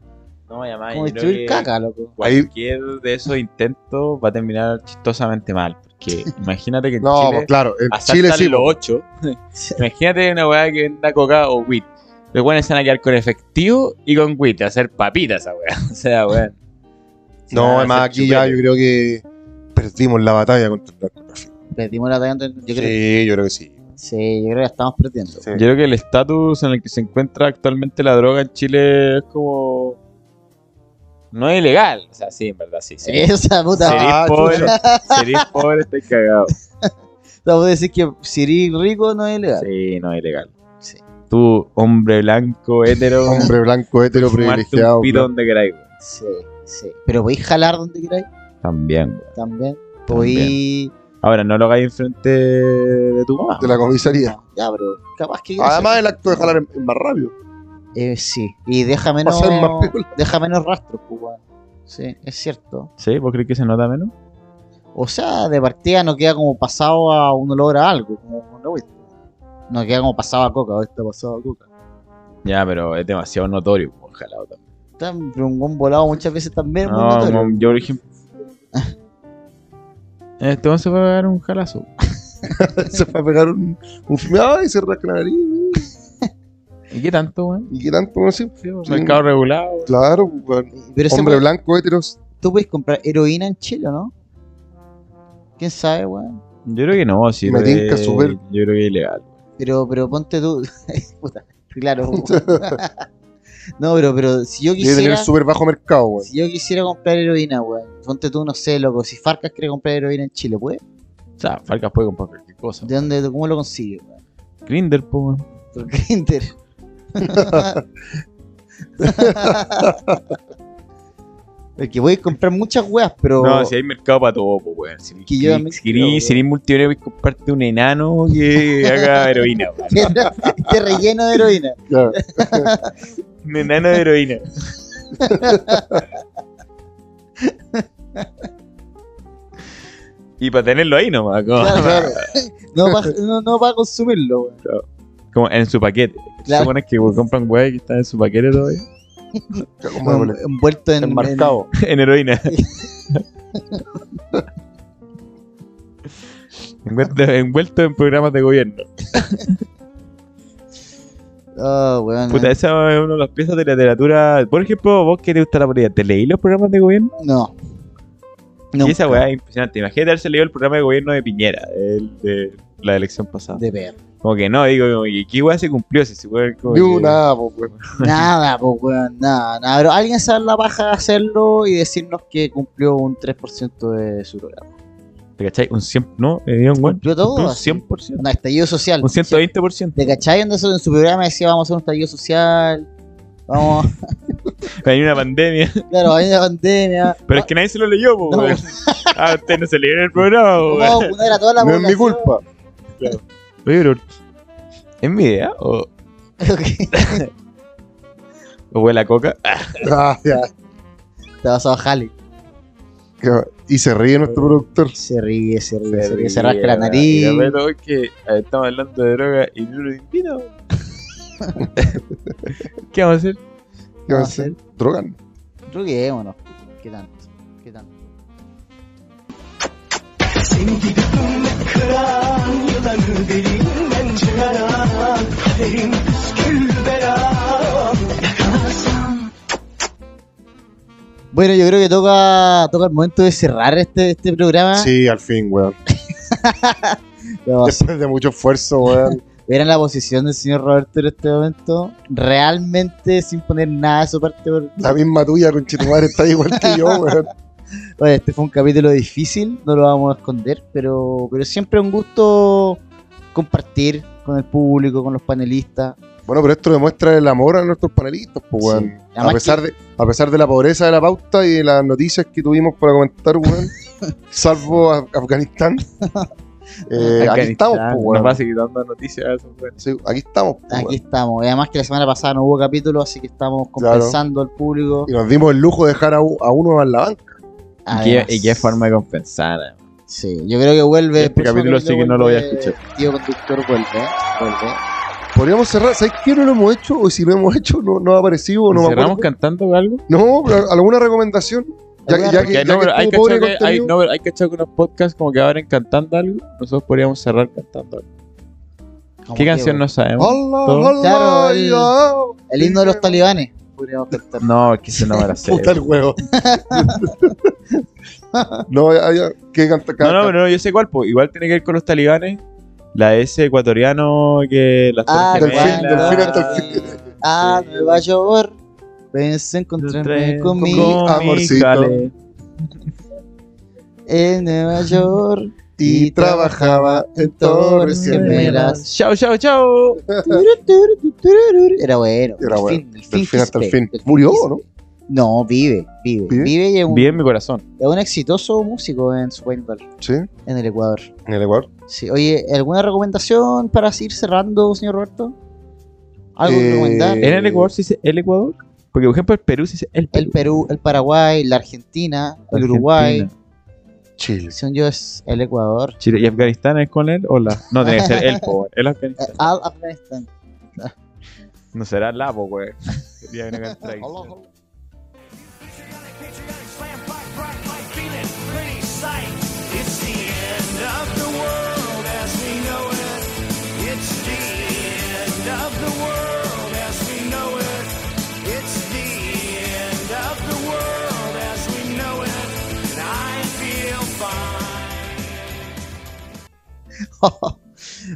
Speaker 2: No me llamáis.
Speaker 1: Como distribuir caca, loco.
Speaker 2: Cualquier de esos intentos va a terminar chistosamente mal. Porque imagínate que en
Speaker 3: No,
Speaker 2: Chile
Speaker 3: pues claro, en
Speaker 2: hasta
Speaker 3: Chile sí. pues.
Speaker 2: los
Speaker 3: po.
Speaker 2: 8. Imagínate una weá que venda coca o wheat. Los weones se van a quedar con efectivo y con wheat, a hacer papitas esa weá. O sea, weón. Se van
Speaker 3: No,
Speaker 2: a
Speaker 3: además
Speaker 2: hacer
Speaker 3: aquí ya yo
Speaker 2: chupete.
Speaker 3: creo que perdimos la batalla contra el narcotráfico.
Speaker 1: Perdimos la talla, yo creo,
Speaker 3: Sí, yo creo que sí.
Speaker 1: sí, yo creo que la estamos perdiendo.
Speaker 3: Sí.
Speaker 2: Yo creo que el estatus en el que se encuentra actualmente la droga en Chile es como. No es ilegal. O sea, sí, en verdad, sí. sí.
Speaker 1: Esa puta.
Speaker 2: Serís
Speaker 3: Ah,
Speaker 2: pobre, serís pobre, estáis cagado.
Speaker 1: Vamos a decir que Siri rico no es legal.
Speaker 2: Sí, no es ilegal.
Speaker 1: Sí.
Speaker 2: Tú, hombre blanco, hétero,
Speaker 3: Hombre blanco, hetero,
Speaker 2: fumarte
Speaker 3: privilegiado.
Speaker 2: un pito
Speaker 3: claro.
Speaker 2: donde queráis. weón.
Speaker 1: Sí, sí. Pero podéis jalar donde queráis
Speaker 2: También, weón.
Speaker 1: también. Pues Podéis.
Speaker 2: Ahora, no lo hagáis enfrente de tu mamá.
Speaker 3: De la comisaría.
Speaker 1: No, ya, pero capaz que.
Speaker 3: Además, el acto de jalar es- es más rápido.
Speaker 1: Eh, sí. Y deja menos.
Speaker 3: Pasar más piola.
Speaker 1: Deja menos rastro, pues, weón. Sí, es cierto.
Speaker 2: ¿Sí? ¿Vos crees que se nota menos?
Speaker 1: O sea, de partida no queda como pasado a un olor a algo, como una weá. No queda como pasado a coca, o está pasado a coca.
Speaker 2: Ya, pero es demasiado notorio. po, Ojalá. o también.
Speaker 1: Tan- Pero un buen volado muchas veces también es muy
Speaker 2: No,
Speaker 1: notorio. Ah.
Speaker 2: como yo, por ejemplo. Este weón se puede dar un jalazo.
Speaker 3: se fue a pegar un, un fume- ¡Ay, se rasca la nariz!
Speaker 2: ¿Y qué tanto, weón?
Speaker 3: ¿Y qué tanto? No sé. Sí.
Speaker 2: Mercado regulado.
Speaker 3: Claro, pues, weón.
Speaker 1: Eh, Pero ese
Speaker 3: hombre
Speaker 1: weón-
Speaker 3: blanco, eh, heteros.
Speaker 1: tú puedes comprar heroína en Chile, ¿o ¿no? ¿Quién sabe, weón?
Speaker 2: Yo creo que no, sí.
Speaker 3: Me
Speaker 2: lo
Speaker 3: tinca
Speaker 2: es-
Speaker 3: súper.
Speaker 2: Yo creo que es ilegal.
Speaker 1: Pero, pero ponte tú. Puta, claro. weón. no, pero, pero si yo
Speaker 3: Debe tener
Speaker 1: quisiera.
Speaker 3: súper bajo mercado, weón.
Speaker 1: Si yo quisiera comprar heroína, weón. Ponte tú, no sé, loco. Si Farcas quiere comprar heroína en Chile, ¿puede?
Speaker 2: O sea, Falcas puede comprar cualquier cosa.
Speaker 1: ¿De dónde, de cómo lo consigue, weón?
Speaker 2: Grinder, po, weón.
Speaker 1: Por Grindr. Porque voy a comprar muchas weas, pero.
Speaker 2: No, si hay mercado para todo, pues, weón. Si
Speaker 1: Que yo
Speaker 2: querís
Speaker 1: también
Speaker 2: si,
Speaker 1: creo,
Speaker 2: querís- si eres multimillonario, puedes comprarte un enano que haga heroína, weón.
Speaker 1: que esté relleno de heroína.
Speaker 3: Claro.
Speaker 2: Un enano de heroína. y para tenerlo ahí nomás, como,
Speaker 1: Claro, claro. No va, no, no va a consumirlo, weón.
Speaker 2: como en su paquete.
Speaker 1: Claro.
Speaker 2: Supones que weón, compran weón que están en su paquete todavía.
Speaker 3: Como
Speaker 1: Como
Speaker 3: árboles.
Speaker 1: envuelto en.
Speaker 3: Enmarcado.
Speaker 2: en heroína. envuelto, envuelto en programas de gobierno.
Speaker 1: en- Oh, weón.
Speaker 2: Puta, esa es una de las piezas de la literatura. Por ejemplo, vos que te gusta la política, ¿te leí los programas de gobierno?
Speaker 1: No. No.
Speaker 2: Y esa weá es impresionante. Imagínate haberse leído el programa de gobierno de Piñera, el de la elección pasada.
Speaker 1: De ver.
Speaker 2: Como que no, digo, como que ¿qué weá se cumplió ese ese weá? como
Speaker 3: Ni
Speaker 2: que-
Speaker 3: una, po, weón.
Speaker 1: Nada, pues, weón, nada, nada. Pero alguien se da la paja de hacerlo y decirnos que cumplió un 3% de su programa.
Speaker 2: ¿Te cachai? Un 100%, no, me dio un weón.
Speaker 1: Cumplió todo.
Speaker 2: Un
Speaker 1: así.
Speaker 2: 100%.
Speaker 1: Un estallido social.
Speaker 2: Un 120%.
Speaker 1: ¿Te cachai? En, eso, en su programa decía, vamos a hacer un estallido social. Vamos,
Speaker 2: Hay una pandemia.
Speaker 1: claro, va a venir la pandemia.
Speaker 2: Pero es que nadie se lo leyó, po,
Speaker 1: No.
Speaker 2: weón. Ah, usted no se leyó en el programa, po, weón.
Speaker 1: Vamos a vacunar a toda la
Speaker 3: No es mi
Speaker 1: población.
Speaker 3: culpa.
Speaker 2: Oye, pero. ¿Es mi idea? ¿O,
Speaker 1: Ok.
Speaker 2: o huele a coca? Ah,
Speaker 3: Ah, ya.
Speaker 1: Te vas a bajarle.
Speaker 3: Que- Y se ríe nuestro productor.
Speaker 1: Se ríe, se ríe, se ríe, se rasca la nariz.
Speaker 2: Y lo peor es que eh, estamos hablando de droga y no lo invito. ¿Qué vamos a hacer?
Speaker 3: ¿Qué
Speaker 1: Ah,
Speaker 3: va a hacer? Drogan.
Speaker 1: Droguémonos. ¿Qué tanto? ¿Qué tanto? Bueno, yo creo que toca, toca el momento de cerrar este, este programa.
Speaker 3: Sí, al fin, weón.
Speaker 1: No,
Speaker 3: Después de mucho esfuerzo, weón.
Speaker 1: Verán la posición del señor Roberto en este momento. Realmente sin poner nada de su parte. por-
Speaker 3: La misma tuya, conchetumare, está igual que yo, weón.
Speaker 1: Oye, este fue un capítulo difícil, no lo vamos a esconder, pero, pero siempre un gusto compartir con el público, con los panelistas.
Speaker 3: Bueno, pero esto demuestra el amor a nuestros panelistas, pues,
Speaker 1: Sí.
Speaker 3: weón.
Speaker 1: Además
Speaker 3: A, pesar de, a pesar de la pobreza de la pauta y de las noticias que tuvimos para comentar, weón. salvo a- Afganistán. eh, aquí estamos, pues,
Speaker 2: Nos
Speaker 3: weón.
Speaker 2: va a seguir dando noticias. a esos weones.
Speaker 3: Sí, aquí estamos, pues,
Speaker 1: Aquí
Speaker 3: weón.
Speaker 1: estamos. Y además que la semana pasada no hubo capítulo, así que estamos
Speaker 3: Claro.
Speaker 1: compensando al público.
Speaker 3: Y nos dimos el lujo de dejar a, u- a uno en la banca.
Speaker 2: ¿Y qué,
Speaker 1: Además,
Speaker 2: y qué forma de compensar? eh.
Speaker 1: Sí, yo creo que vuelve.
Speaker 2: Este
Speaker 1: el próximo
Speaker 2: capítulo sí que no lo voy a escuchar.
Speaker 1: Tío conductor vuelve, ¿eh? vuelve.
Speaker 3: Podríamos cerrar. ¿Sabes qué no lo hemos hecho? O si lo hemos hecho, no, no ha aparecido. No me
Speaker 2: ¿Cerramos
Speaker 3: acuerdo.
Speaker 2: cantando algo?
Speaker 3: No, pero alguna recomendación. Ya,
Speaker 1: ¿Alguna
Speaker 3: ya que,
Speaker 2: Porque
Speaker 3: ya
Speaker 2: no,
Speaker 3: que
Speaker 2: pero hay
Speaker 3: estuvo pobre
Speaker 2: cachado que hay,
Speaker 3: contenido.
Speaker 2: no, pero hay cachado que unos podcasts como que abren cantando algo. Nosotros podríamos cerrar cantando algo.
Speaker 1: Como
Speaker 2: ¿Qué
Speaker 1: que,
Speaker 2: canción
Speaker 1: bueno.
Speaker 2: no sabemos?
Speaker 3: Allah,
Speaker 2: Todo.
Speaker 3: Allah,
Speaker 1: Claro, el-
Speaker 3: ya.
Speaker 1: El himno de los talibanes. Podríamos cantar.
Speaker 2: No, es que eso no me la sé.
Speaker 3: Puta el huevo. no, ya, ya, que canta,
Speaker 2: No,
Speaker 3: canta.
Speaker 2: no, no, yo sé cuál, pues. Igual tiene que ver con los talibanes. La de ese ecuatoriano que las
Speaker 1: Ah,
Speaker 2: Torres
Speaker 3: Delfín,
Speaker 2: Gemelas.
Speaker 3: delfín hasta
Speaker 1: Ah,
Speaker 3: el fin.
Speaker 1: Ah,
Speaker 2: Sí.
Speaker 1: Nueva York. Pensé encontrarme
Speaker 2: Encontré
Speaker 1: con
Speaker 2: mi
Speaker 1: mi
Speaker 3: amorcito.
Speaker 2: jale.
Speaker 1: en Nueva York.
Speaker 3: Y trabajaba en Torres Gemelas.
Speaker 1: Gemelas.
Speaker 2: Chao, chao, chao.
Speaker 1: Era bueno.
Speaker 3: Era
Speaker 1: el
Speaker 3: bueno.
Speaker 1: Fin, el fin
Speaker 3: Del fin hasta el
Speaker 1: Quispe,
Speaker 3: fin.
Speaker 1: del
Speaker 3: Murió,
Speaker 1: Quispe.
Speaker 3: ¿no?
Speaker 1: No, vive, vive.
Speaker 3: ¿Vive?
Speaker 1: Vive, y es un,
Speaker 2: Bien, mi corazón.
Speaker 1: es un exitoso músico en su paintball,
Speaker 3: Sí, en
Speaker 1: en el Ecuador.
Speaker 3: el Ecuador.
Speaker 1: Sí. Oye, ¿alguna recomendación para seguir cerrando, señor Roberto? ¿Algo que
Speaker 3: Eh,
Speaker 1: recomendar?
Speaker 2: ¿En el Ecuador se dice el Ecuador? Porque, por ejemplo, el Perú se dice el Perú.
Speaker 1: El Perú, el Paraguay, la Argentina, el
Speaker 2: Argentina,
Speaker 1: Uruguay.
Speaker 3: Chile.
Speaker 1: Según yo, es el Ecuador.
Speaker 2: Chile. ¿Y Afganistán es con él o la? No, tiene que ser el, po, weón. El Afganistán.
Speaker 1: Al Afganistán.
Speaker 2: No será la, po, güey. Sería una contradicción.
Speaker 7: It's the end of the world as we of the world as we know it. It's the end of the world as we know it. And I feel fine.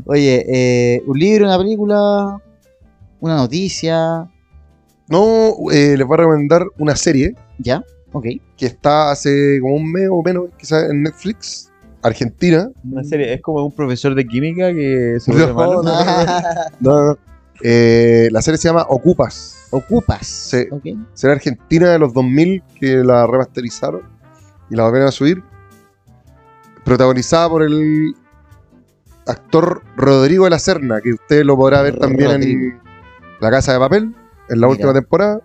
Speaker 1: Oye, eh, un libro, una película, una noticia,
Speaker 3: No, eh, les voy a recomendar una serie
Speaker 1: ¿ya? Ok.
Speaker 3: que está hace como un mes o menos, quizás en Netflix, Argentina.
Speaker 2: Una serie, es como un profesor de química que se
Speaker 3: No,
Speaker 2: vuelve malo.
Speaker 3: no,
Speaker 1: Ah,
Speaker 3: no, no. Eh, la serie se llama Ocupas.
Speaker 1: Ocupas.
Speaker 3: Sí.
Speaker 1: Ok.
Speaker 3: Será Argentina de los 2000 que la remasterizaron y la volvieron a subir. Protagonizada por el actor Rodrigo de la Serna, que usted lo podrá ver también
Speaker 1: Rodrigo.
Speaker 3: en La Casa de Papel, en la
Speaker 1: Mira.
Speaker 3: última temporada.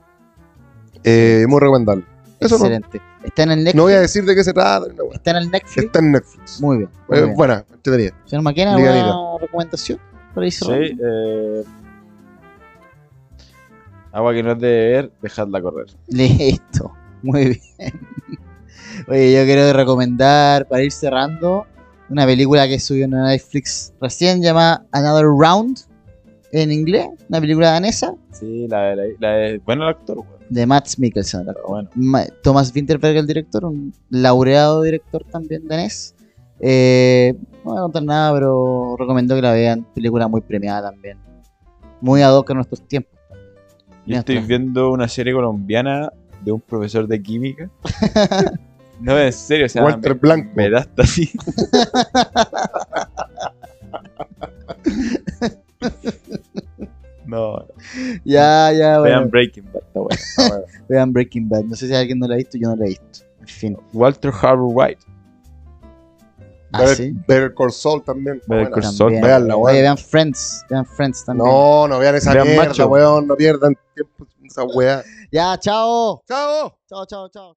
Speaker 3: Eh, muy recomendable. Eso no,
Speaker 1: Excelente. Está en el Netflix.
Speaker 3: no voy a decir de qué se trata. no, bueno.
Speaker 1: Está en el Netflix.
Speaker 3: Está en Netflix.
Speaker 1: Muy bien. muy
Speaker 3: Eh,
Speaker 1: bien.
Speaker 3: buena, entretenida.
Speaker 1: Señor Maquena,
Speaker 3: Liga,
Speaker 1: ¿una
Speaker 3: liga.
Speaker 1: recomendación? Por ahí
Speaker 2: Sí,
Speaker 1: cerrando.
Speaker 2: eh, agua que no es de beber, dejadla correr.
Speaker 1: Listo, muy bien. Oye, yo quiero recomendar, para ir cerrando, una película que subió en Netflix recién llamada Another Round, en inglés, una película danesa
Speaker 2: Sí, la, la, la es bueno el actor, weón.
Speaker 1: de Max Mikkelsen.
Speaker 2: Pero bueno.
Speaker 1: Ma- Thomas Winterberg, el director, un laureado director también danés. Eh, no voy a contar nada, pero recomiendo que la vean. Película muy premiada también. Muy ad hoc a nuestros tiempos.
Speaker 2: Yo
Speaker 1: Ya
Speaker 2: estoy
Speaker 1: está.
Speaker 2: viendo una serie colombiana de un profesor de química. no, en serio, o sea,
Speaker 3: Walter
Speaker 2: me,
Speaker 3: Blanco.
Speaker 2: me da hasta así. no, no.
Speaker 1: Ya, ya,
Speaker 2: vean
Speaker 1: bueno,
Speaker 2: Breaking Bad, está bueno. está bueno.
Speaker 1: vean Breaking Bad. No sé si alguien no la ha visto, yo no la he visto. En fin.
Speaker 2: Walter Harbour White.
Speaker 1: Ah,
Speaker 3: Better,
Speaker 1: sí.
Speaker 3: Better Call Saul también.
Speaker 2: Better
Speaker 3: buena.
Speaker 2: Call Saul,
Speaker 1: También.
Speaker 3: vean la
Speaker 1: Oye,
Speaker 3: weá.
Speaker 1: vean Friends, vean Friends también.
Speaker 3: No, no vean esa
Speaker 2: Vean
Speaker 3: mierda,
Speaker 2: Macho.
Speaker 3: weón. No pierdan tiempo en esa weá.
Speaker 1: Ya, chao.
Speaker 3: ¡Chao!
Speaker 1: Chao, chao, chao.